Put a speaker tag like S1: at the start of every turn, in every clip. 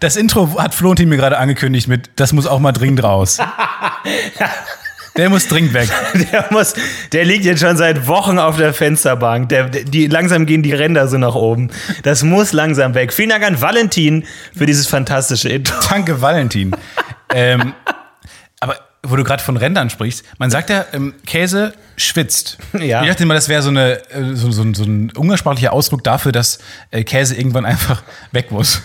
S1: Das Intro hat Florentin mir gerade angekündigt mit, das muss auch mal dringend raus. Der muss dringend weg.
S2: Der, muss, der liegt jetzt schon seit Wochen auf der Fensterbank. Der, der- die, langsam gehen die Ränder so nach oben. Das muss langsam weg. Vielen Dank an Valentin für dieses fantastische Intro.
S1: Danke, Valentin. ähm, aber wo du gerade von Rändern sprichst, man sagt ja, ähm, Käse schwitzt.
S2: Ja.
S1: Ich dachte immer, das wäre so, eine, äh, so, so, so ein umgangssprachlicher Ausdruck dafür, dass äh, Käse irgendwann einfach weg muss.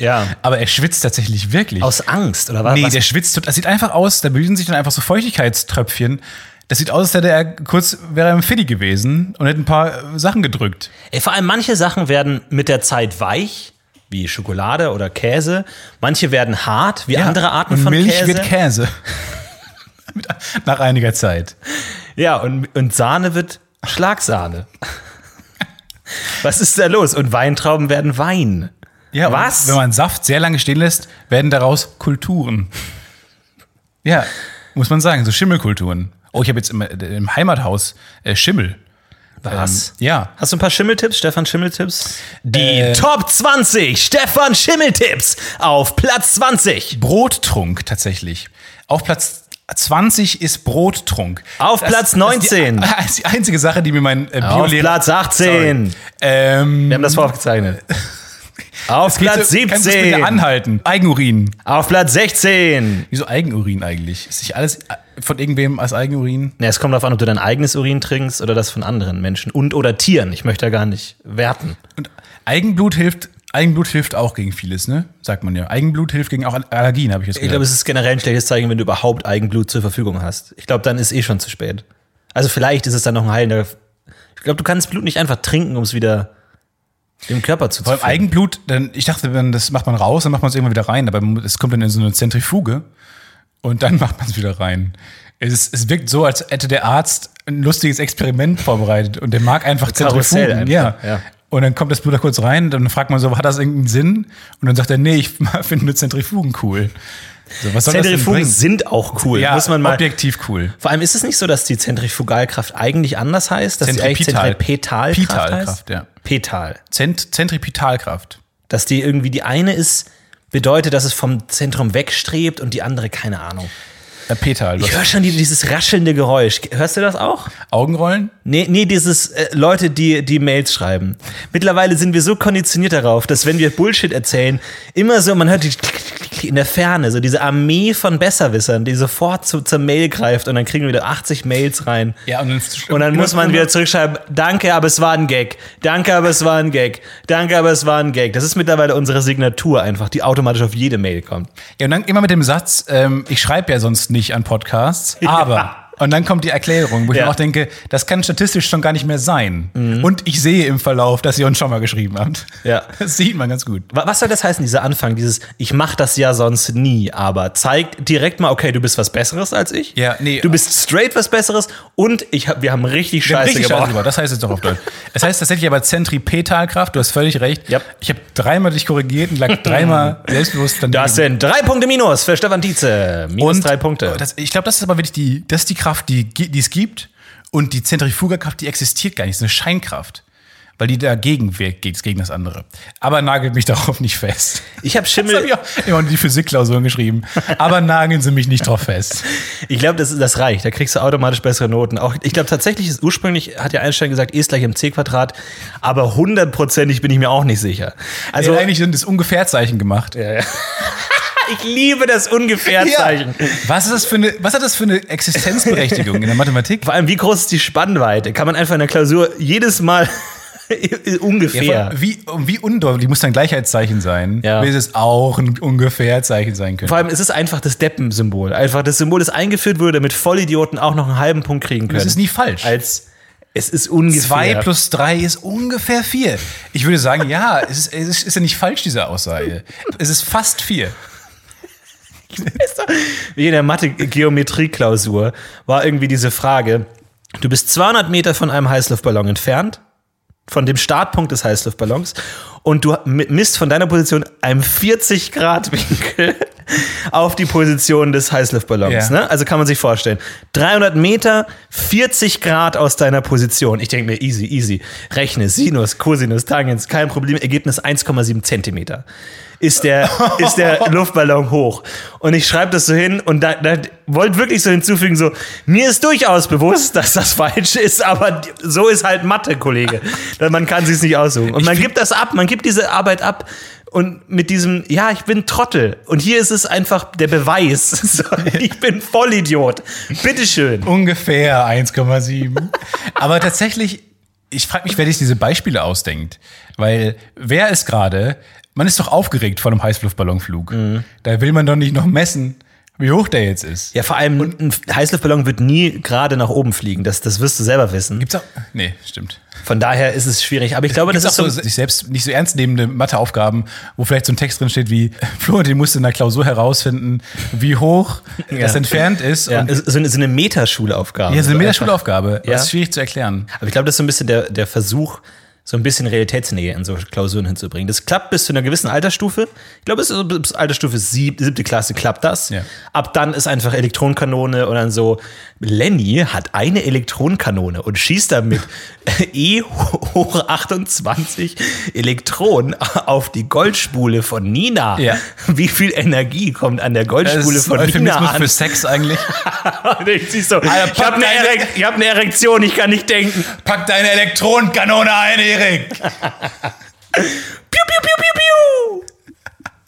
S2: Ja.
S1: Aber er schwitzt tatsächlich wirklich.
S2: Aus Angst, oder was?
S1: nee,
S2: was?
S1: der schwitzt. tot- Das sieht einfach aus, da bilden sich dann einfach so Feuchtigkeitströpfchen. Das sieht aus, als hätte er kurz, wäre er im Fiddy gewesen und hätte ein paar äh, Sachen gedrückt.
S2: Ey, Vor allem manche Sachen werden mit der Zeit weich, wie Schokolade oder Käse. Manche werden hart, wie andere Arten
S1: und
S2: von
S1: Milch
S2: Käse.
S1: wird Käse. Mit- Nach einiger Zeit.
S2: ja, und, und Sahne wird Schlagsahne. was ist da los? Und Weintrauben werden Wein.
S1: Ja, und
S2: Was?
S1: Wenn man Saft sehr lange stehen lässt, werden daraus Kulturen. Ja, muss man sagen, so Schimmelkulturen. Oh, ich habe jetzt im, im Heimathaus äh, Schimmel.
S2: Was?
S1: Ähm, ja.
S2: Hast du ein paar Schimmeltipps, Stefan Schimmeltipps? Die
S1: Äh.
S2: Top 20 Stefan Schimmeltipps auf Platz 20.
S1: Brottrunk tatsächlich. Auf Platz 20 ist Brottrunk.
S2: Auf Platz 19.
S1: Das ist die, das ist die einzige Sache, die mir mein äh,
S2: Auf
S1: Biolehrer...
S2: Platz 18.
S1: Ähm,
S2: Wir haben das voraufgezeichnet. Auf Platz
S1: bitte- Kannst du das bitte
S2: 17.
S1: anhalten? Eigenurin.
S2: Auf Platz 16.
S1: Wieso Eigenurin eigentlich? Ist nicht alles äh, von irgendwem als Eigenurin?
S2: Na, es kommt darauf an, ob du dein eigenes Urin trinkst oder das von anderen Menschen und oder Tieren. Ich möchte da gar nicht werten.
S1: Und Eigenblut hilft, Eigenblut hilft auch gegen vieles, ne? Sagt man ja. Eigenblut hilft gegen auch Al- Allergien, habe ich jetzt
S2: Ich
S1: gehört.
S2: glaube, es ist generell ein schlechtes Zeichen, wenn du überhaupt Eigenblut zur Verfügung hast. Ich glaube, dann ist eh schon zu spät. Also vielleicht ist es dann noch ein heilender. Ich glaube, du kannst Blut nicht einfach trinken, um es wieder dem Körper
S1: Vor allem
S2: zuzuführen.
S1: Eigenblut, dann, ich dachte, dann- das macht man raus, dann macht man es irgendwann wieder rein, aber es kommt dann in so eine Zentrifuge und dann macht man es wieder rein. Es, ist, es wirkt so, als hätte der Arzt ein lustiges Experiment vorbereitet und der mag einfach
S2: Karussell
S1: Zentrifugen.
S2: einfach,
S1: ja.
S2: ja.
S1: Und dann kommt das Blut da kurz rein, dann fragt man so, hat das irgendeinen Sinn? Und dann sagt er, nee, ich finde nur Zentrifugen cool. So, was soll
S2: Zentrifugen
S1: das denn
S2: sind auch cool.
S1: bringen?
S2: muss man mal.
S1: objektiv cool.
S2: Vor allem ist es nicht so, dass die Zentrifugalkraft eigentlich anders heißt, dass die
S1: Zentripetal.
S2: eigentlich Zentripetalkraft heißt.
S1: Petalkraft, ja.
S2: Petal.
S1: Zent Zentripetalkraft.
S2: dass die irgendwie die eine ist, bedeutet, dass es vom Zentrum wegstrebt und die andere, keine Ahnung.
S1: Äh, Petal, du
S2: Ich höre
S1: hast
S2: schon die, dieses raschelnde Geräusch. Hörst du das auch?
S1: Augenrollen?
S2: Nee, nee, dieses äh, Leute, die, die Mails schreiben. Mittlerweile sind wir so konditioniert darauf, dass wenn wir Bullshit erzählen, immer so, man hört die Klick, Klick, Klick in der Ferne, so diese Armee von Besserwissern, die sofort zu, zur Mail greift und dann kriegen wir wieder 80 Mails rein.
S1: Ja, und dann,
S2: Und dann muss man wieder
S1: wieder
S2: zurückschreiben, danke, aber es war ein Gag. Danke, aber es war ein Gag. Danke, aber es war ein Gag. Das ist mittlerweile unsere Signatur einfach, die automatisch auf jede Mail kommt.
S1: Ja, und dann immer mit dem Satz, ähm, ich schreibe ja sonst nicht an Podcasts, aber. Und dann kommt die Erklärung, wo ich
S2: Ja. Mhm.
S1: mir auch denke, das kann statistisch schon gar nicht mehr sein. Und ich sehe im Verlauf, dass ihr uns schon mal geschrieben habt.
S2: Ja.
S1: Das sieht man ganz gut.
S2: Wa- Was soll das heißen, dieser Anfang, dieses Ich mach das ja sonst nie, aber zeigt direkt mal, okay, du bist was Besseres als ich.
S1: Ja, nee.
S2: Du bist straight was Besseres und ich hab, wir haben richtig
S1: Wir haben
S2: Scheiße
S1: richtig
S2: gebaut.
S1: Scheiße gebaut. Das heißt jetzt doch auf Deutsch. Es heißt tatsächlich aber Zentripetalkraft, du hast völlig recht.
S2: Yep.
S1: Ich habe dreimal dich korrigiert und lag dreimal selbstbewusst dann
S2: Das sind drei Punkte Minus für Stefan Dietze. Minus drei Punkte.
S1: Oh, Das, ich glaube, das ist aber wirklich die, das ist die Kraft, die, gi- die es gibt. Und die Zentrifugerkraft, die existiert gar nicht. Das ist eine Scheinkraft. Weil die dagegen wirkt, geht's gegen das andere. Aber nagelt mich darauf nicht fest.
S2: Ich habe
S1: Das habe
S2: Schimmel.
S1: ich auch immer in die Physikklausuren geschrieben. Aber nageln Sie mich nicht drauf fest.
S2: Ich glaube, das, das reicht. Da kriegst du automatisch bessere Noten. Auch, ich glaube tatsächlich, ist ursprünglich hat ja Einstein gesagt, E ist gleich im C-Quadrat. Aber hundertprozentig bin ich mir auch nicht sicher. Also
S1: Also eigentlich sind es Ungefährzeichen gemacht.
S2: ich liebe das Ungefährzeichen.
S1: Was, ist das für eine, was hat das für eine Existenzberechtigung in der Mathematik?
S2: Vor allem, wie groß ist die Spannweite? Kann man einfach in der Klausur jedes Mal ungefähr.
S1: Ja, vor- Wie, wie undeutlich muss dann Gleichheitszeichen sein,
S2: Ja.
S1: bis es auch ein Ungefährzeichen sein könnte?
S2: vor allem, es ist einfach das Deppensymbol. Einfach das Symbol, das eingeführt wurde, damit Vollidioten auch noch einen halben Punkt kriegen können.
S1: Das ist nie falsch.
S2: Als es ist ungefähr.
S1: 2 plus 3 ist ungefähr 4. Ich würde sagen, ja, es ist, es ist, ist ja nicht falsch, diese Aussage. Es ist fast 4.
S2: Wie in der Mathe-Geometrie-Klausur war irgendwie diese Frage: Du bist 200 Meter von einem Heißluftballon entfernt, von dem Startpunkt des Heißluftballons, und du mi- misst von deiner Position einem 40-Grad-Winkel auf die Position des
S1: Ja.
S2: Heißluftballons. Ne? Also kann man sich vorstellen. 300 Meter, 40 Grad aus deiner Position. Ich denke mir, easy, easy. Rechne Sinus, Cosinus, Tangens, kein Problem. Ergebnis 1,7 Zentimeter. Ist der, ist der Luftballon hoch. Und ich schreibe das so hin und da, da wollte wirklich so hinzufügen, so, mir ist durchaus bewusst, dass das falsch ist, aber so ist halt Mathe, Kollege. Man kann sich's nicht aussuchen. Und man gibt das ab, man gibt diese Arbeit ab. Und mit diesem, ja, ich bin Trottel. Und hier ist es einfach der Beweis. So, ich bin Vollidiot. Bitteschön.
S1: Ungefähr 1,7. Aber tatsächlich, ich frage mich, wer sich diese Beispiele ausdenkt. Weil wer ist gerade, man ist doch aufgeregt vor einem Heißluftballonflug. Da will man doch nicht noch messen, wie hoch der jetzt ist.
S2: Ja, vor allem, ein Heißluftballon wird nie gerade nach oben fliegen. Das, das wirst du selber wissen.
S1: Gibt's auch. Nee, stimmt.
S2: Von daher ist es schwierig. Aber ich glaube, das
S1: Gibt's auch
S2: ist so.
S1: so sich selbst nicht so ernst nehmende Matheaufgaben, wo vielleicht so ein Text drin steht wie, Florian, den musst du in der Klausur herausfinden, wie hoch das entfernt ist.
S2: Ja,
S1: und
S2: ist so eine, so eine Metaschulaufgabe.
S1: ja so eine
S2: Einfach.
S1: Meterschulaufgabe.
S2: Ja.
S1: Das ist schwierig zu erklären.
S2: Aber ich glaube, das ist so ein bisschen der, der Versuch, so ein bisschen Realitätsnähe in so Klausuren hinzubringen. Das klappt bis zu einer gewissen Altersstufe. Ich glaube, es ist so bis Altersstufe sieb, siebte Klasse klappt das.
S1: Ja.
S2: Ab dann ist einfach Elektronenkanone und dann so, Lenny hat eine Elektronenkanone und schießt damit E hoch 28 Elektronen auf die Goldspule von Nina.
S1: Ja.
S2: Wie viel Energie kommt an der
S1: Das
S2: Goldspule
S1: ist ein
S2: von Nina
S1: Euphemismus
S2: an?
S1: für Sex eigentlich.
S2: Und ich sieh so, ich
S1: Alter,
S2: habe
S1: pack
S2: eine,
S1: deine-
S2: Erek ich hab eine Erektion, ich kann nicht denken.
S1: Pack deine Elektronenkanone ein, Erik!
S2: Piu, piu, piu, piu, piu.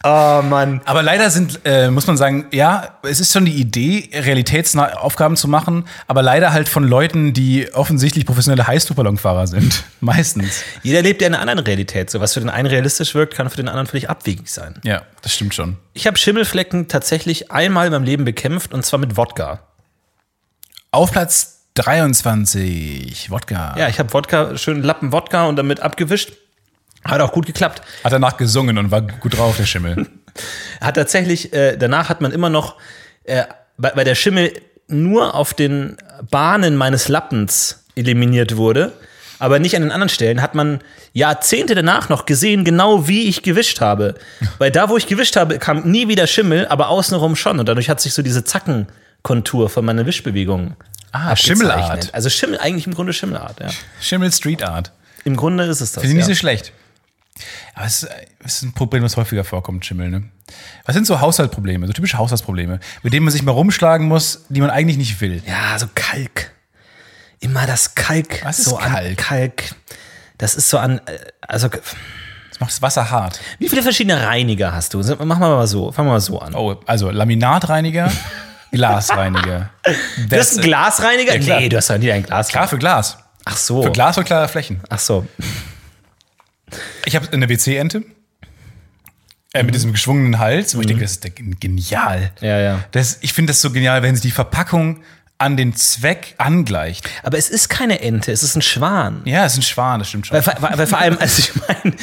S2: Oh Mann.
S1: Aber leider sind, äh, muss man sagen, ja, es ist schon die Idee, realitätsnahe Aufgaben zu machen, aber leider halt von Leuten, die offensichtlich professionelle Heißluftballonfahrer sind. Meistens.
S2: Jeder lebt ja in einer anderen Realität. So, was für den einen realistisch wirkt, kann für den anderen völlig abwegig sein.
S1: Ja, das stimmt schon.
S2: Ich habe Schimmelflecken tatsächlich einmal in meinem Leben bekämpft und zwar mit Wodka.
S1: Auf Platz 23, Wodka.
S2: Ja, ich habe Wodka, schönen Lappen Wodka und damit abgewischt. Hat auch gut geklappt.
S1: Hat danach gesungen und war gut drauf, der Schimmel.
S2: Hat tatsächlich, äh, danach hat man immer noch äh, bei, bei der Schimmel nur auf den Bahnen meines Lappens eliminiert wurde, aber nicht an den anderen Stellen, hat man Jahrzehnte danach noch gesehen, genau wie ich gewischt habe. Weil da, wo ich gewischt habe, kam nie wieder Schimmel, aber außenrum schon. Und dadurch hat sich so diese Zackenkontur von meiner Wischbewegung.
S1: Ah,
S2: abgezeichnet.
S1: Schimmelart.
S2: Also Schimmel, eigentlich im Grunde Schimmelart, ja.
S1: Schimmel Street Art.
S2: Im Grunde ist es das.
S1: Finde ich
S2: Ja.
S1: nicht so schlecht. Aber es ist, äh, es ist ein Problem, was häufiger vorkommt, Schimmel. Ne? Was sind so Haushaltsprobleme, so typische Haushaltsprobleme, mit denen man sich mal rumschlagen muss, die man eigentlich nicht will?
S2: Ja, so Kalk. Immer das Kalk.
S1: Was ist
S2: so An
S1: Kalk?
S2: Kalk. Das ist so an, äh, also
S1: Das macht das Wasser hart.
S2: wie viele verschiedene Reiniger hast du? Sag- Machen wir mal so, fangen wir mal so an.
S1: Oh, also Laminatreiniger, Glasreiniger.
S2: das ist ein Glasreiniger?
S1: Ja, klar.
S2: nee, du hast doch nie ein Glas.
S1: Klar für Glas.
S2: Ach so.
S1: Für Glas und klare Flächen.
S2: Ach so.
S1: Ich habe eine WC-Ente äh, mit diesem geschwungenen Hals, wo ich denke, das ist gen- genial.
S2: Mhm. Ja, ja.
S1: Das, ich finde das so genial, wenn sie die Verpackung an den Zweck angleicht.
S2: Aber es ist keine Ente, es ist ein Schwan.
S1: Ja, es ist ein Schwan, das stimmt schon.
S2: Weil, weil, weil vor allem, also ich meine,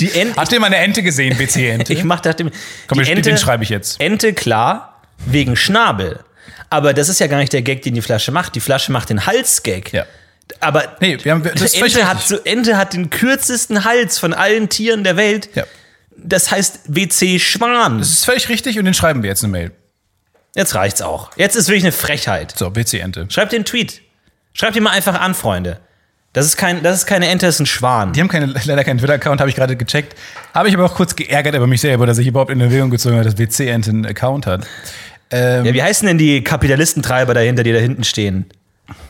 S2: die Ente.
S1: Habt ihr mal eine Ente gesehen, WC-Ente?
S2: Ich mach dachte mir,
S1: Komm,
S2: die
S1: den- den schreibe ich jetzt.
S2: Ente, klar, wegen Schnabel. Aber das ist ja gar nicht der Gag, den die Flasche macht. Die Flasche macht den Halsgag.
S1: Ja.
S2: Aber
S1: Nee, wir haben- das ist völlig
S2: Ente, hat so, Ente hat den kürzesten Hals von allen Tieren der Welt.
S1: Ja.
S2: Das heißt WC Schwan.
S1: Das ist völlig richtig und den schreiben wir jetzt eine Mail.
S2: Jetzt reicht's auch. Jetzt ist wirklich eine Frechheit.
S1: So, WC-Ente.
S2: Schreibt den Tweet. Schreibt ihn mal einfach an, Freunde. Das ist, kein, das ist keine Ente, das ist ein Schwan.
S1: Die haben keine, leider keinen Twitter-Account, habe ich gerade gecheckt. Habe ich aber auch kurz geärgert über mich selber, dass ich überhaupt in Erwägung gezogen habe, dass WC-Ente einen Account hat.
S2: Ja, wie heißen denn die Kapitalistentreiber dahinter, die da hinten stehen?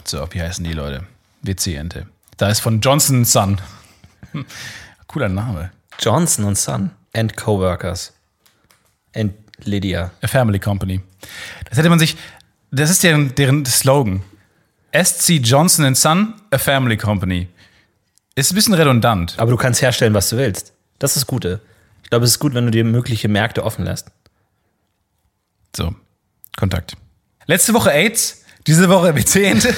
S1: So, wie heißen die Leute? WC-Ente. Da ist von Johnson Sun. Hm, Cooler Name.
S2: Johnson und Son and Coworkers and Lydia.
S1: A Family Company. Das hätte man sich, das ist deren, deren Slogan. SC Johnson and Son, a Family Company. Ist ein bisschen redundant.
S2: Aber du kannst herstellen, was du willst. Das ist das Gute. Ich glaube, es ist gut, wenn du dir mögliche Märkte offen lässt.
S1: So, Kontakt. Letzte Woche AIDS, diese Woche WC-Ente.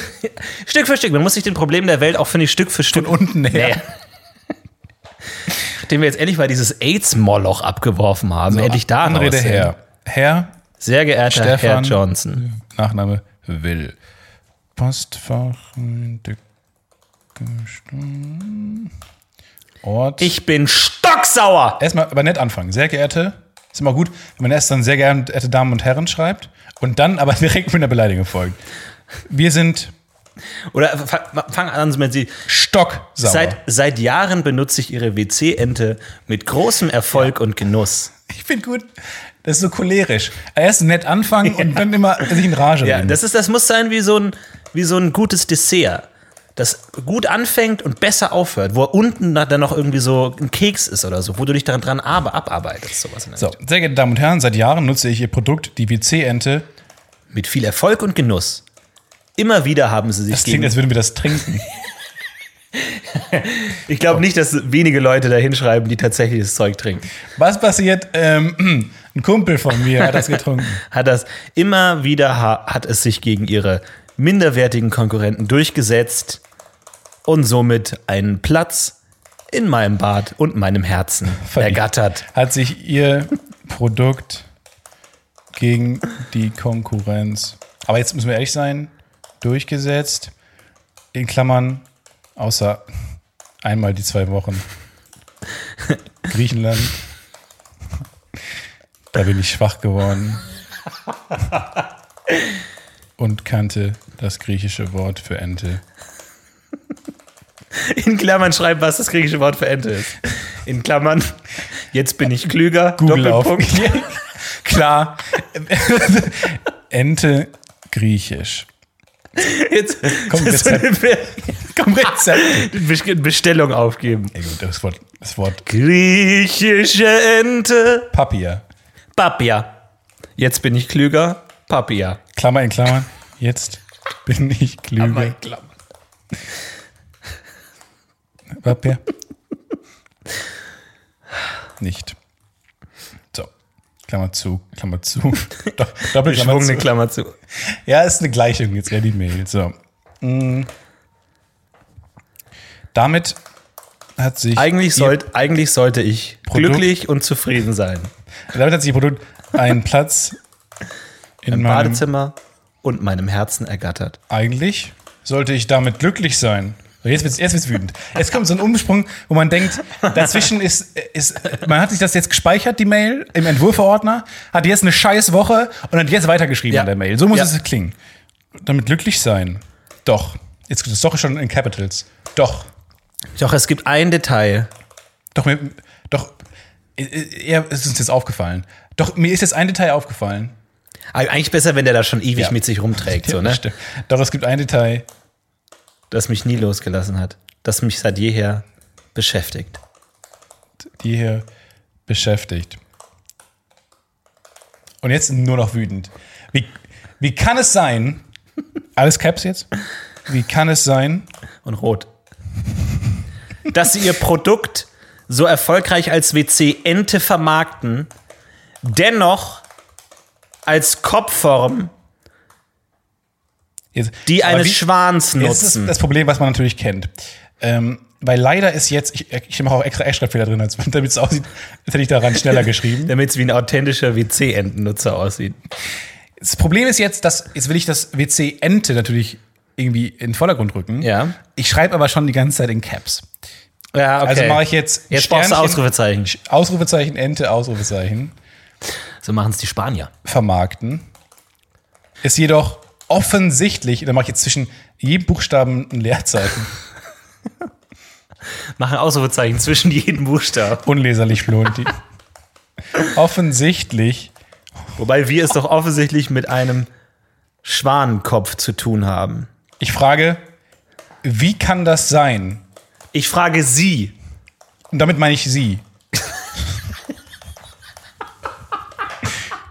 S2: Stück für Stück. Man muss sich den Problemen der Welt auch, finde ich, Stück für Stück
S1: unten her.
S2: Nachdem wir jetzt endlich mal dieses AIDS-Moloch abgeworfen haben, endlich da
S1: Anrede
S2: raus sind.
S1: Herr. Herr,
S2: Sehr geehrter Herr
S1: Stefan.
S2: Johnson.
S1: Nachname Will. Postfach. Ort.
S2: Ich bin stocksauer.
S1: Erstmal aber nett anfangen. Sehr geehrte Ist immer gut, wenn man erst dann sehr gern hätte Damen und Herren schreibt und dann aber direkt mit einer Beleidigung folgt. Wir sind
S2: Oder fa- fang an mit sie.
S1: stocksauer.
S2: Seit, seit Jahren benutze ich ihre WC-Ente mit großem Erfolg und Genuss.
S1: ich bin gut. Das ist so cholerisch. Erst nett anfangen und dann immer sich in Rage
S2: Ja,
S1: reden.
S2: das, ist, das muss sein wie so, ein, wie so ein gutes Dessert, das gut anfängt und besser aufhört, wo unten na- dann noch irgendwie so ein Keks ist oder so, wo du dich daran dran aber abarbeitest. Sowas in der
S1: so,
S2: Richtung.
S1: sehr geehrte Damen und Herren, seit Jahren nutze ich Ihr Produkt, die WC-Ente.
S2: Mit viel Erfolg und Genuss. Immer wieder haben sie sich
S1: Das klingt, als würden wir das trinken.
S2: Ich glaube nicht, dass wenige Leute da hinschreiben, die tatsächlich das Zeug trinken.
S1: Was passiert? Ähm, ein Kumpel von mir hat das getrunken.
S2: Hat das immer wieder ha hat es sich gegen ihre minderwertigen Konkurrenten durchgesetzt und somit einen Platz in meinem Bad und meinem Herzen
S1: Verdient.
S2: ergattert.
S1: Hat sich Ihr Produkt gegen die Konkurrenz, aber jetzt müssen wir ehrlich sein, durchgesetzt. In Klammern, außer einmal die zwei Wochen. Griechenland. Da bin ich schwach geworden. Und kannte das griechische Wort für Ente.
S2: In Klammern schreiben, was das griechische Wort für Ente ist. In Klammern, jetzt bin ich klüger.
S1: Google
S2: Doppelpunkt.
S1: auf. Klar. Ente griechisch.
S2: Jetzt
S1: Komm,
S2: das ist so eine
S1: Komm, Rezept.
S2: Be- Bestellung aufgeben.
S1: Ja, gut, das Wort, das Wort
S2: Griechische Ente.
S1: Papier.
S2: Papia. Jetzt bin ich klüger. Papia.
S1: Klammer in Klammern. Jetzt bin ich klüger.
S2: Klammern.
S1: Papier. Nicht. So. Klammer zu, Klammer zu. Do- Doppelklammer
S2: Geschwungene
S1: zu.
S2: Klammer zu.
S1: Ja, ist eine Gleichung jetzt, Ready Mail. So. Mm. Damit hat sich.
S2: Eigentlich,
S1: ihr-
S2: sollt, eigentlich sollte ich
S1: Produkt-
S2: glücklich und zufrieden sein.
S1: Damit hat sich ihr Produkt einen Platz in
S2: Im
S1: meinem
S2: Badezimmer und meinem Herzen ergattert.
S1: Eigentlich sollte ich damit glücklich sein. So, Jetzt wird's, jetzt wird's wütend. Jetzt kommt so ein Umsprung, wo man denkt, dazwischen ist, ist, man hat sich das jetzt gespeichert, die Mail, im Entwurfeordner, hat jetzt eine scheiß Woche und hat jetzt weitergeschrieben
S2: Ja.
S1: an der Mail. So muss
S2: Ja.
S1: es klingen. Damit glücklich sein. Doch. Jetzt ist das doch schon in Capitals. Doch.
S2: Doch es gibt ein Detail.
S1: Doch, mir, doch, äh, äh, ja, es ist uns jetzt aufgefallen. Doch, mir ist jetzt ein Detail aufgefallen.
S2: Eig- Eigentlich besser, wenn der da schon ewig
S1: Ja.
S2: mit sich rumträgt, so, ne?
S1: Stimmt. Doch, es gibt ein Detail.
S2: Das mich nie losgelassen hat. Das mich seit jeher beschäftigt.
S1: die hier beschäftigt. Und jetzt nur noch wütend. Wie, wie kann es sein, alles Caps jetzt? Wie kann es sein,
S2: Und rot. Dass sie ihr Produkt so erfolgreich als WC-Ente vermarkten, dennoch als Kopfform,
S1: jetzt,
S2: die
S1: aber
S2: eines
S1: wie-
S2: Schwans
S1: Jetzt ist
S2: nutzen.
S1: das Problem, was man natürlich kennt. Ähm, weil leider ist jetzt, ich, ich mache auch extra extra Fehler drin, als- damit es aussieht, als hätte ich daran schneller geschrieben.
S2: Damit es wie ein authentischer WC-Entennutzer aussieht.
S1: Das Problem ist jetzt, dass jetzt will ich das WC Ente natürlich irgendwie in den Vordergrund rücken.
S2: Ja.
S1: Ich schreibe aber schon die ganze Zeit in Caps.
S2: Ja, okay.
S1: Also mache ich jetzt
S2: Jetzt brauchst du
S1: Sternchen-
S2: Ausrufezeichen.
S1: Ausrufezeichen Ente, Ausrufezeichen.
S2: So machen es die Spanier.
S1: vermarkten. Ist jedoch offensichtlich, da mache ich jetzt zwischen jedem Buchstaben ein Leerzeichen,
S2: Machen Ausrufezeichen zwischen jedem Buchstaben.
S1: unleserlich Flonti. offensichtlich
S2: Wobei wir es doch offensichtlich mit einem Schwanenkopf zu tun haben.
S1: Ich frage, wie kann das sein?
S2: Ich frage Sie.
S1: Und damit meine ich Sie.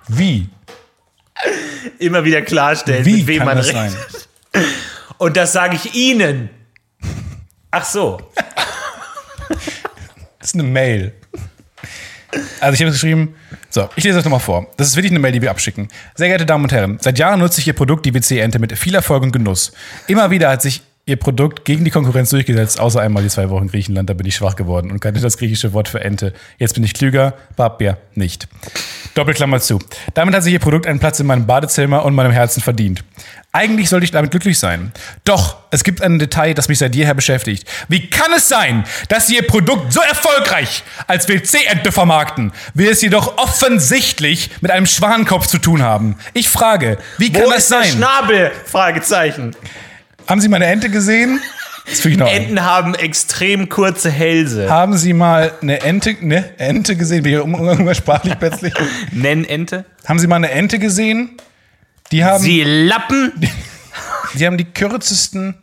S1: wie?
S2: Immer wieder klarstellen,
S1: Wie
S2: mit wem
S1: kann
S2: man
S1: das
S2: redet.
S1: sein?
S2: Und das sage ich Ihnen. Ach so.
S1: Das ist eine Mail. Also ich habe es geschrieben. So, ich lese euch nochmal vor. Das ist wirklich eine Mail, die wir abschicken. Sehr geehrte Damen und Herren, seit Jahren nutze ich Ihr Produkt, die WC-Ente, mit viel Erfolg und Genuss. Immer wieder hat sich ihr Produkt gegen die Konkurrenz durchgesetzt, außer einmal die zwei Wochen Griechenland, da bin ich schwach geworden und kannte das griechische Wort für Ente. Jetzt bin ich klüger, Papier nicht. Doppelklammer zu. Damit hat sich ihr Produkt einen Platz in meinem Badezimmer und meinem Herzen verdient. Eigentlich sollte ich damit glücklich sein. Doch, es gibt ein Detail, das mich seit jeher beschäftigt. Wie kann es sein, dass ihr Produkt so erfolgreich als WC-Ente vermarkten, wir es jedoch offensichtlich mit einem Schwanenkopf zu tun haben? Ich frage, wie kann
S2: Wo
S1: das
S2: ist der
S1: sein?
S2: Schnabel? Fragezeichen.
S1: Haben Sie meine Ente gesehen? Das finde ich noch.
S2: Enten haben extrem kurze Hälse.
S1: Haben Sie mal eine Ente, ne, Ente gesehen? Bin ich um- umgangssprachlich plötzlich.
S2: Nennen Ente?
S1: haben Sie mal eine Ente gesehen? Die haben,
S2: Sie Lappen?
S1: die, haben die kürzesten,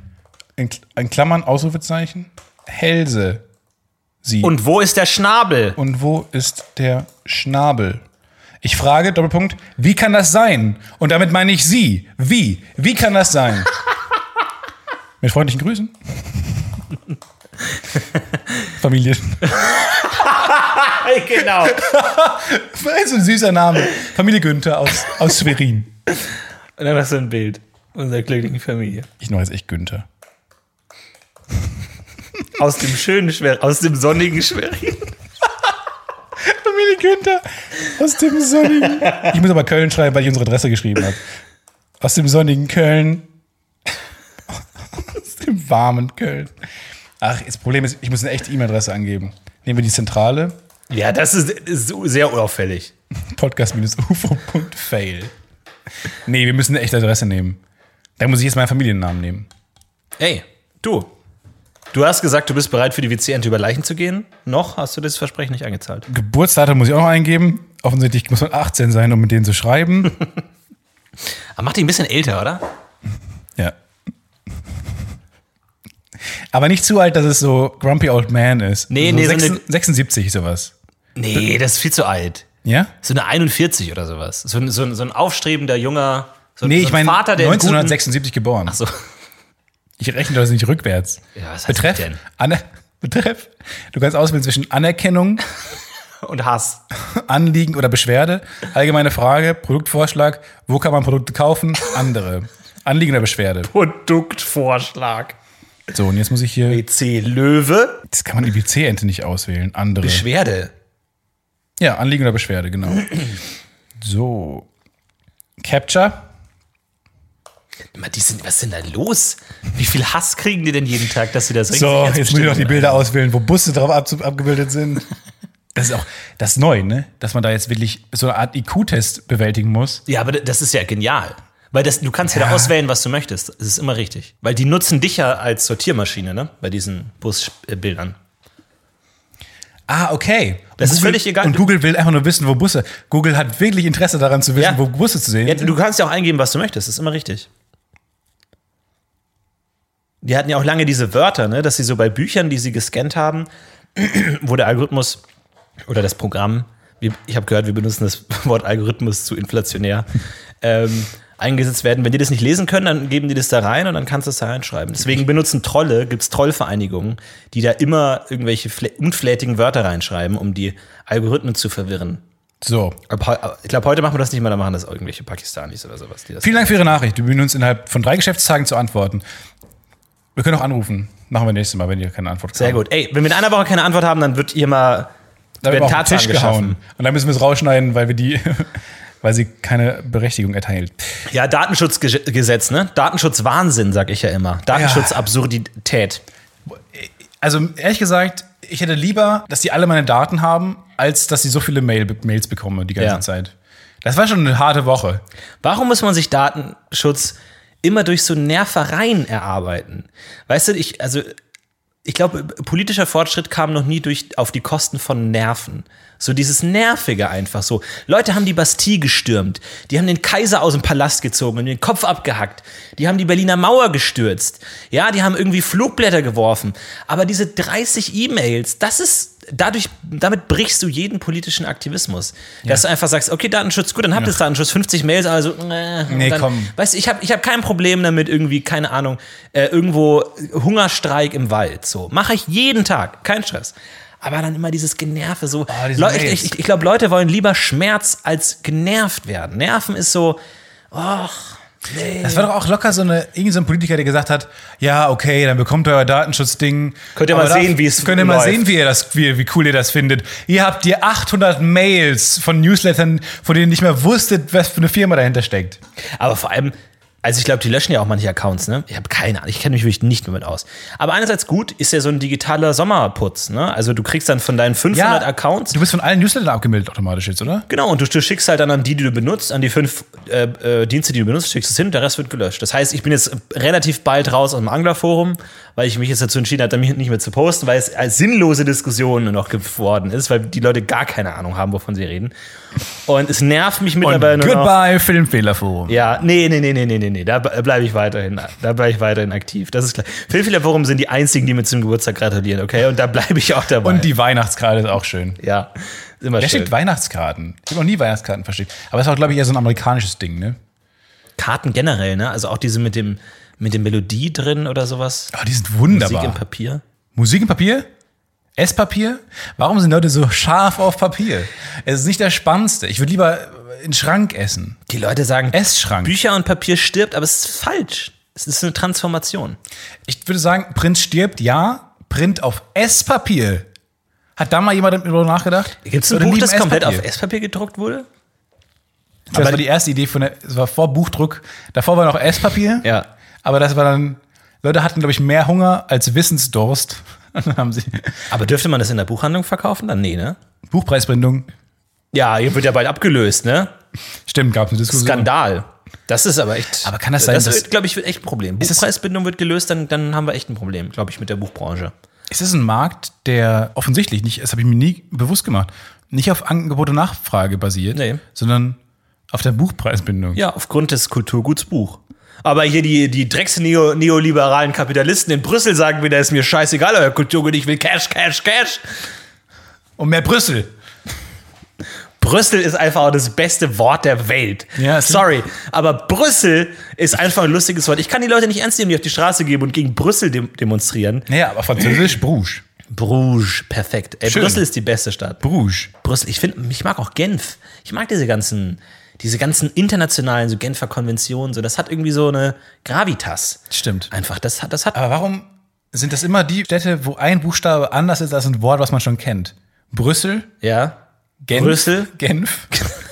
S1: in, Kl- in Klammern, Ausrufezeichen, Hälse. Sie.
S2: Und wo ist der Schnabel?
S1: Und wo ist der Schnabel? Ich frage, Doppelpunkt, wie kann das sein? Und damit meine ich Sie. Wie? Wie kann das sein? Mit freundlichen Grüßen. Familie.
S2: genau.
S1: Das ist ein süßer Name. Familie Günther aus, aus Schwerin.
S2: Und dann hast du ein Bild unserer glücklichen Familie.
S1: Ich nenne jetzt echt Günther.
S2: Aus dem schönen Schwerin, aus dem sonnigen Schwerin.
S1: Familie Günther aus dem sonnigen. Ich muss aber Köln schreiben, weil ich unsere Adresse geschrieben habe. Aus dem sonnigen Köln. Aus dem warmen Köln. Ach, das Problem ist, ich muss eine echte E-Mail-Adresse angeben. Nehmen wir die zentrale:
S2: Ja, das ist, ist so- sehr unauffällig.
S1: podcast-ufo.fail. Nee, wir müssen eine echte Adresse nehmen. Da muss ich jetzt meinen Familiennamen nehmen.
S2: Ey, du. Du hast gesagt, du bist bereit für die WC-Ente über Leichen zu gehen. Noch hast du das Versprechen nicht angezahlt.
S1: Geburtsdatum muss ich auch noch eingeben. Offensichtlich muss man 18 sein, um mit denen zu schreiben.
S2: Aber mach dich ein bisschen älter, oder?
S1: Ja. Aber nicht zu alt, dass es so Grumpy Old Man ist.
S2: Nee,
S1: so
S2: nee, so
S1: 76, 76 sowas.
S2: Nee, das ist viel zu alt.
S1: Ja?
S2: So eine 41 oder sowas. So ein, so ein, so ein aufstrebender junger so ein,
S1: Nee, ich
S2: so
S1: meine
S2: ein Vater, der einen guten-
S1: 1976 geboren.
S2: so.
S1: Ich rechne das nicht rückwärts.
S2: Ja, was heißt
S1: Betreff,
S2: denn?
S1: Aner Betreff, du kannst auswählen zwischen Anerkennung,
S2: Und Hass.
S1: Anliegen oder Beschwerde. Allgemeine Frage, Produktvorschlag, wo kann man Produkte kaufen? Andere. Anliegen oder Beschwerde.
S2: Produktvorschlag.
S1: So, und jetzt muss ich hier,
S2: WC Löwe.
S1: das kann man die BC-Ente nicht auswählen. Andere.
S2: Beschwerde.
S1: Ja, Anliegen oder Beschwerde, genau. So. Capture.
S2: Immer, Die sind, was ist denn da los? Wie viel Hass kriegen die denn jeden Tag, dass sie das richtig
S1: So,
S2: ernst
S1: jetzt muss ich noch die
S2: bestimmen?
S1: Bilder auswählen, wo Busse drauf abzu- abgebildet sind. Das ist auch das ist neu, ne? Dass man da jetzt wirklich so eine Art IQ-Test bewältigen muss.
S2: Ja, aber das ist ja genial. Weil das, du kannst ja, da
S1: Ja.
S2: auswählen, was du möchtest. Das ist immer richtig. Weil die nutzen dich ja als Sortiermaschine, ne? Bei diesen Busbildern.
S1: Ah, okay.
S2: Das
S1: Und
S2: ist
S1: Google,
S2: völlig egal.
S1: Und Google will einfach nur wissen, wo Busse. Google hat wirklich Interesse daran zu wissen,
S2: Ja.
S1: wo Busse zu sehen
S2: Ja,
S1: sind.
S2: du kannst ja auch eingeben, was du möchtest. Das ist immer richtig. Die hatten ja auch lange diese Wörter, ne? dass sie so bei Büchern, die sie gescannt haben, wo der Algorithmus oder das Programm, wir- ich habe gehört, wir benutzen das Wort Algorithmus zu inflationär, ähm, eingesetzt werden. Wenn die das nicht lesen können, dann geben die das da rein und dann kannst du es da reinschreiben. Deswegen benutzen Trolle, gibt es Trollvereinigungen, die da immer irgendwelche flä- unflätigen Wörter reinschreiben, um die Algorithmen zu verwirren.
S1: So.
S2: Aber heu- aber Ich glaube, heute machen wir das nicht mehr, dann machen das irgendwelche Pakistanis oder sowas. Die das
S1: Vielen Dank für Ihre Nachricht. Wir bemühen uns innerhalb von drei Geschäftstagen zu antworten. Wir können auch anrufen. Machen wir nächstes Mal, wenn ihr keine Antwort
S2: Sehr
S1: haben.
S2: gut. Ey, wenn wir in einer Woche keine Antwort haben, dann wird ihr mal.
S1: Da wird
S2: werden
S1: auch auf den
S2: Tatsachen
S1: Tisch gehauen. Und dann müssen wir es rausschneiden, weil wir die, weil sie keine Berechtigung erteilt.
S2: Ja, Datenschutzgesetz, ne? Datenschutzwahnsinn, sag ich ja immer. Datenschutzabsurdität.
S1: Also ehrlich gesagt, ich hätte lieber, dass die alle meine Daten haben, als dass sie so viele Mail, Mails bekomme die ganze
S2: Ja.
S1: Zeit. Das war schon eine harte Woche.
S2: Warum muss man sich Datenschutz immer durch so Nervereien erarbeiten? Weißt du, ich, also, ich glaube, politischer Fortschritt kam noch nie durch, auf die Kosten von Nerven. So dieses Nervige einfach so. Leute haben die Bastille gestürmt. Die haben den Kaiser aus dem Palast gezogen und den Kopf abgehackt. Die haben die Berliner Mauer gestürzt. Ja, die haben irgendwie Flugblätter geworfen. Aber diese 30 E-Mails, das ist, dadurch, damit brichst du jeden politischen Aktivismus. Dass du einfach sagst, okay, Datenschutz, gut, dann habt ihr das Datenschutz, 50 Mails, also, äh, und
S1: Nee,
S2: dann,
S1: komm.
S2: Weißt du, ich habe ich hab kein Problem damit, irgendwie, keine Ahnung, äh, irgendwo Hungerstreik im Wald. So, mache ich jeden Tag, kein Stress. Aber dann immer dieses Generve so.
S1: Ah, diese
S2: Leu- ich
S1: Mails.
S2: ich, ich glaube, Leute wollen lieber Schmerz als genervt werden. Nerven ist so,
S1: Das war doch auch locker so eine, irgend so ein Politiker, der gesagt hat, ja, okay, dann bekommt ihr euer Datenschutzding.
S2: Könnt ihr
S1: Aber
S2: mal
S1: da-
S2: sehen, wie es
S1: Könnt ihr mal
S2: läuft.
S1: sehen, wie, ihr das, wie, wie cool ihr das findet. Ihr habt hier 800 Mails von Newslettern, von denen ihr nicht mehr wusstet, was für eine Firma dahinter steckt.
S2: Aber vor allem, also ich glaube, die löschen ja auch manche Accounts, ne? Ich habe keine Ahnung, ich kenne mich wirklich nicht mehr mit aus. Aber einerseits gut ist ja so ein digitaler Sommerputz, ne? Also du kriegst dann von deinen 500 Accounts.
S1: Du bist von allen Newslettern abgemeldet automatisch jetzt, oder?
S2: Genau, und du, du schickst halt dann an die, die du benutzt, an die fünf äh, äh, Dienste, die du benutzt, schickst es hin, der Rest wird gelöscht. Das heißt, ich bin jetzt relativ bald raus aus dem Anglerforum, weil ich mich jetzt dazu entschieden habe, mich nicht mehr zu posten, weil es als sinnlose Diskussion nur noch geworden ist, weil die Leute gar keine Ahnung haben, wovon sie reden. Und es nervt mich mittlerweile nur noch.
S1: Goodbye Filmfehlerforum.
S2: Ja, nee, nee, nee, nee, nee, nee, nee. Da bleibe ich weiterhin, da bleibe ich weiterhin aktiv. Das ist klar. Filmfehler Forum sind die einzigen, die mir zum Geburtstag gratulieren, okay? Und da bleibe ich auch dabei.
S1: Und die Weihnachtskarte ist auch schön.
S2: ja, ist immer
S1: Wer
S2: schön.
S1: schickt Weihnachtskarten? Ich habe noch nie Weihnachtskarten versteckt. Aber das ist auch, glaube ich, eher so ein amerikanisches Ding, ne?
S2: Karten generell, ne? Also auch diese mit dem mit dem Melodie drin oder sowas.
S1: Oh, die sind
S2: Musik
S1: wunderbar.
S2: im Papier.
S1: Musik im Papier? Esspapier? Warum sind Leute so scharf auf Papier? Es ist nicht das Spannendste. Ich würde lieber in Schrank essen.
S2: Die Leute sagen,
S1: Essschrank.
S2: Bücher und Papier stirbt, aber es ist falsch. Es ist eine Transformation.
S1: Ich würde sagen, Print stirbt, ja. Print auf Esspapier. Hat da mal jemand darüber nachgedacht?
S2: Gibt es ein
S1: Leute
S2: Buch,
S1: lieben
S2: das komplett auf
S1: Esspapier.
S2: Esspapier gedruckt wurde?
S1: Das war die erste Idee von der, es war vor Buchdruck. Davor war noch Esspapier.
S2: Ja.
S1: Aber das war dann, Leute hatten, glaube ich, mehr Hunger als Wissensdurst. Und dann haben sie
S2: Aber dürfte man das in der Buchhandlung verkaufen? Dann nee, ne?
S1: Buchpreisbindung.
S2: Ja, hier wird ja bald abgelöst, ne?
S1: Stimmt, gab es eine Diskussion.
S2: Skandal. Das ist aber echt.
S1: Aber kann das sein,
S2: Das,
S1: dass-
S2: wird, glaube ich, wird echt ein Problem.
S1: es-
S2: Buchpreisbindung wird gelöst, dann, dann haben wir echt ein Problem, glaube ich, mit der Buchbranche.
S1: Es ist ein Markt, der offensichtlich nicht, das habe ich mir nie bewusst gemacht, nicht auf Angebot und Nachfrage basiert,
S2: Nee.
S1: sondern auf der Buchpreisbindung.
S2: Ja, aufgrund des Kulturguts Buch. Aber hier die, die Drecks-neoliberalen Kapitalisten in Brüssel sagen wieder, ist mir scheißegal, euer Kulturgut, ich will Cash, Cash, Cash.
S1: Und mehr Brüssel.
S2: Brüssel ist einfach auch das beste Wort der Welt.
S1: Ja, es-
S2: Sorry, aber Brüssel ist einfach ein lustiges Wort. Ich kann die Leute nicht ernst nehmen, die auf die Straße gehen und gegen Brüssel dem demonstrieren.
S1: Naja, aber französisch Bruges.
S2: Bruges, perfekt. Ey,
S1: Schön.
S2: Brüssel ist die beste Stadt.
S1: Bruges.
S2: Brüssel. Ich finde, ich mag auch Genf. Ich mag diese ganzen, diese ganzen internationalen, so Genfer Konventionen, so. Das hat irgendwie so eine Gravitas.
S1: Stimmt.
S2: Einfach, das hat, das hat.
S1: Aber warum sind das immer die Städte, wo ein Buchstabe anders ist als ein Wort, was man schon kennt? Brüssel,
S2: Ja.
S1: Genf,
S2: Brüssel.
S1: Genf,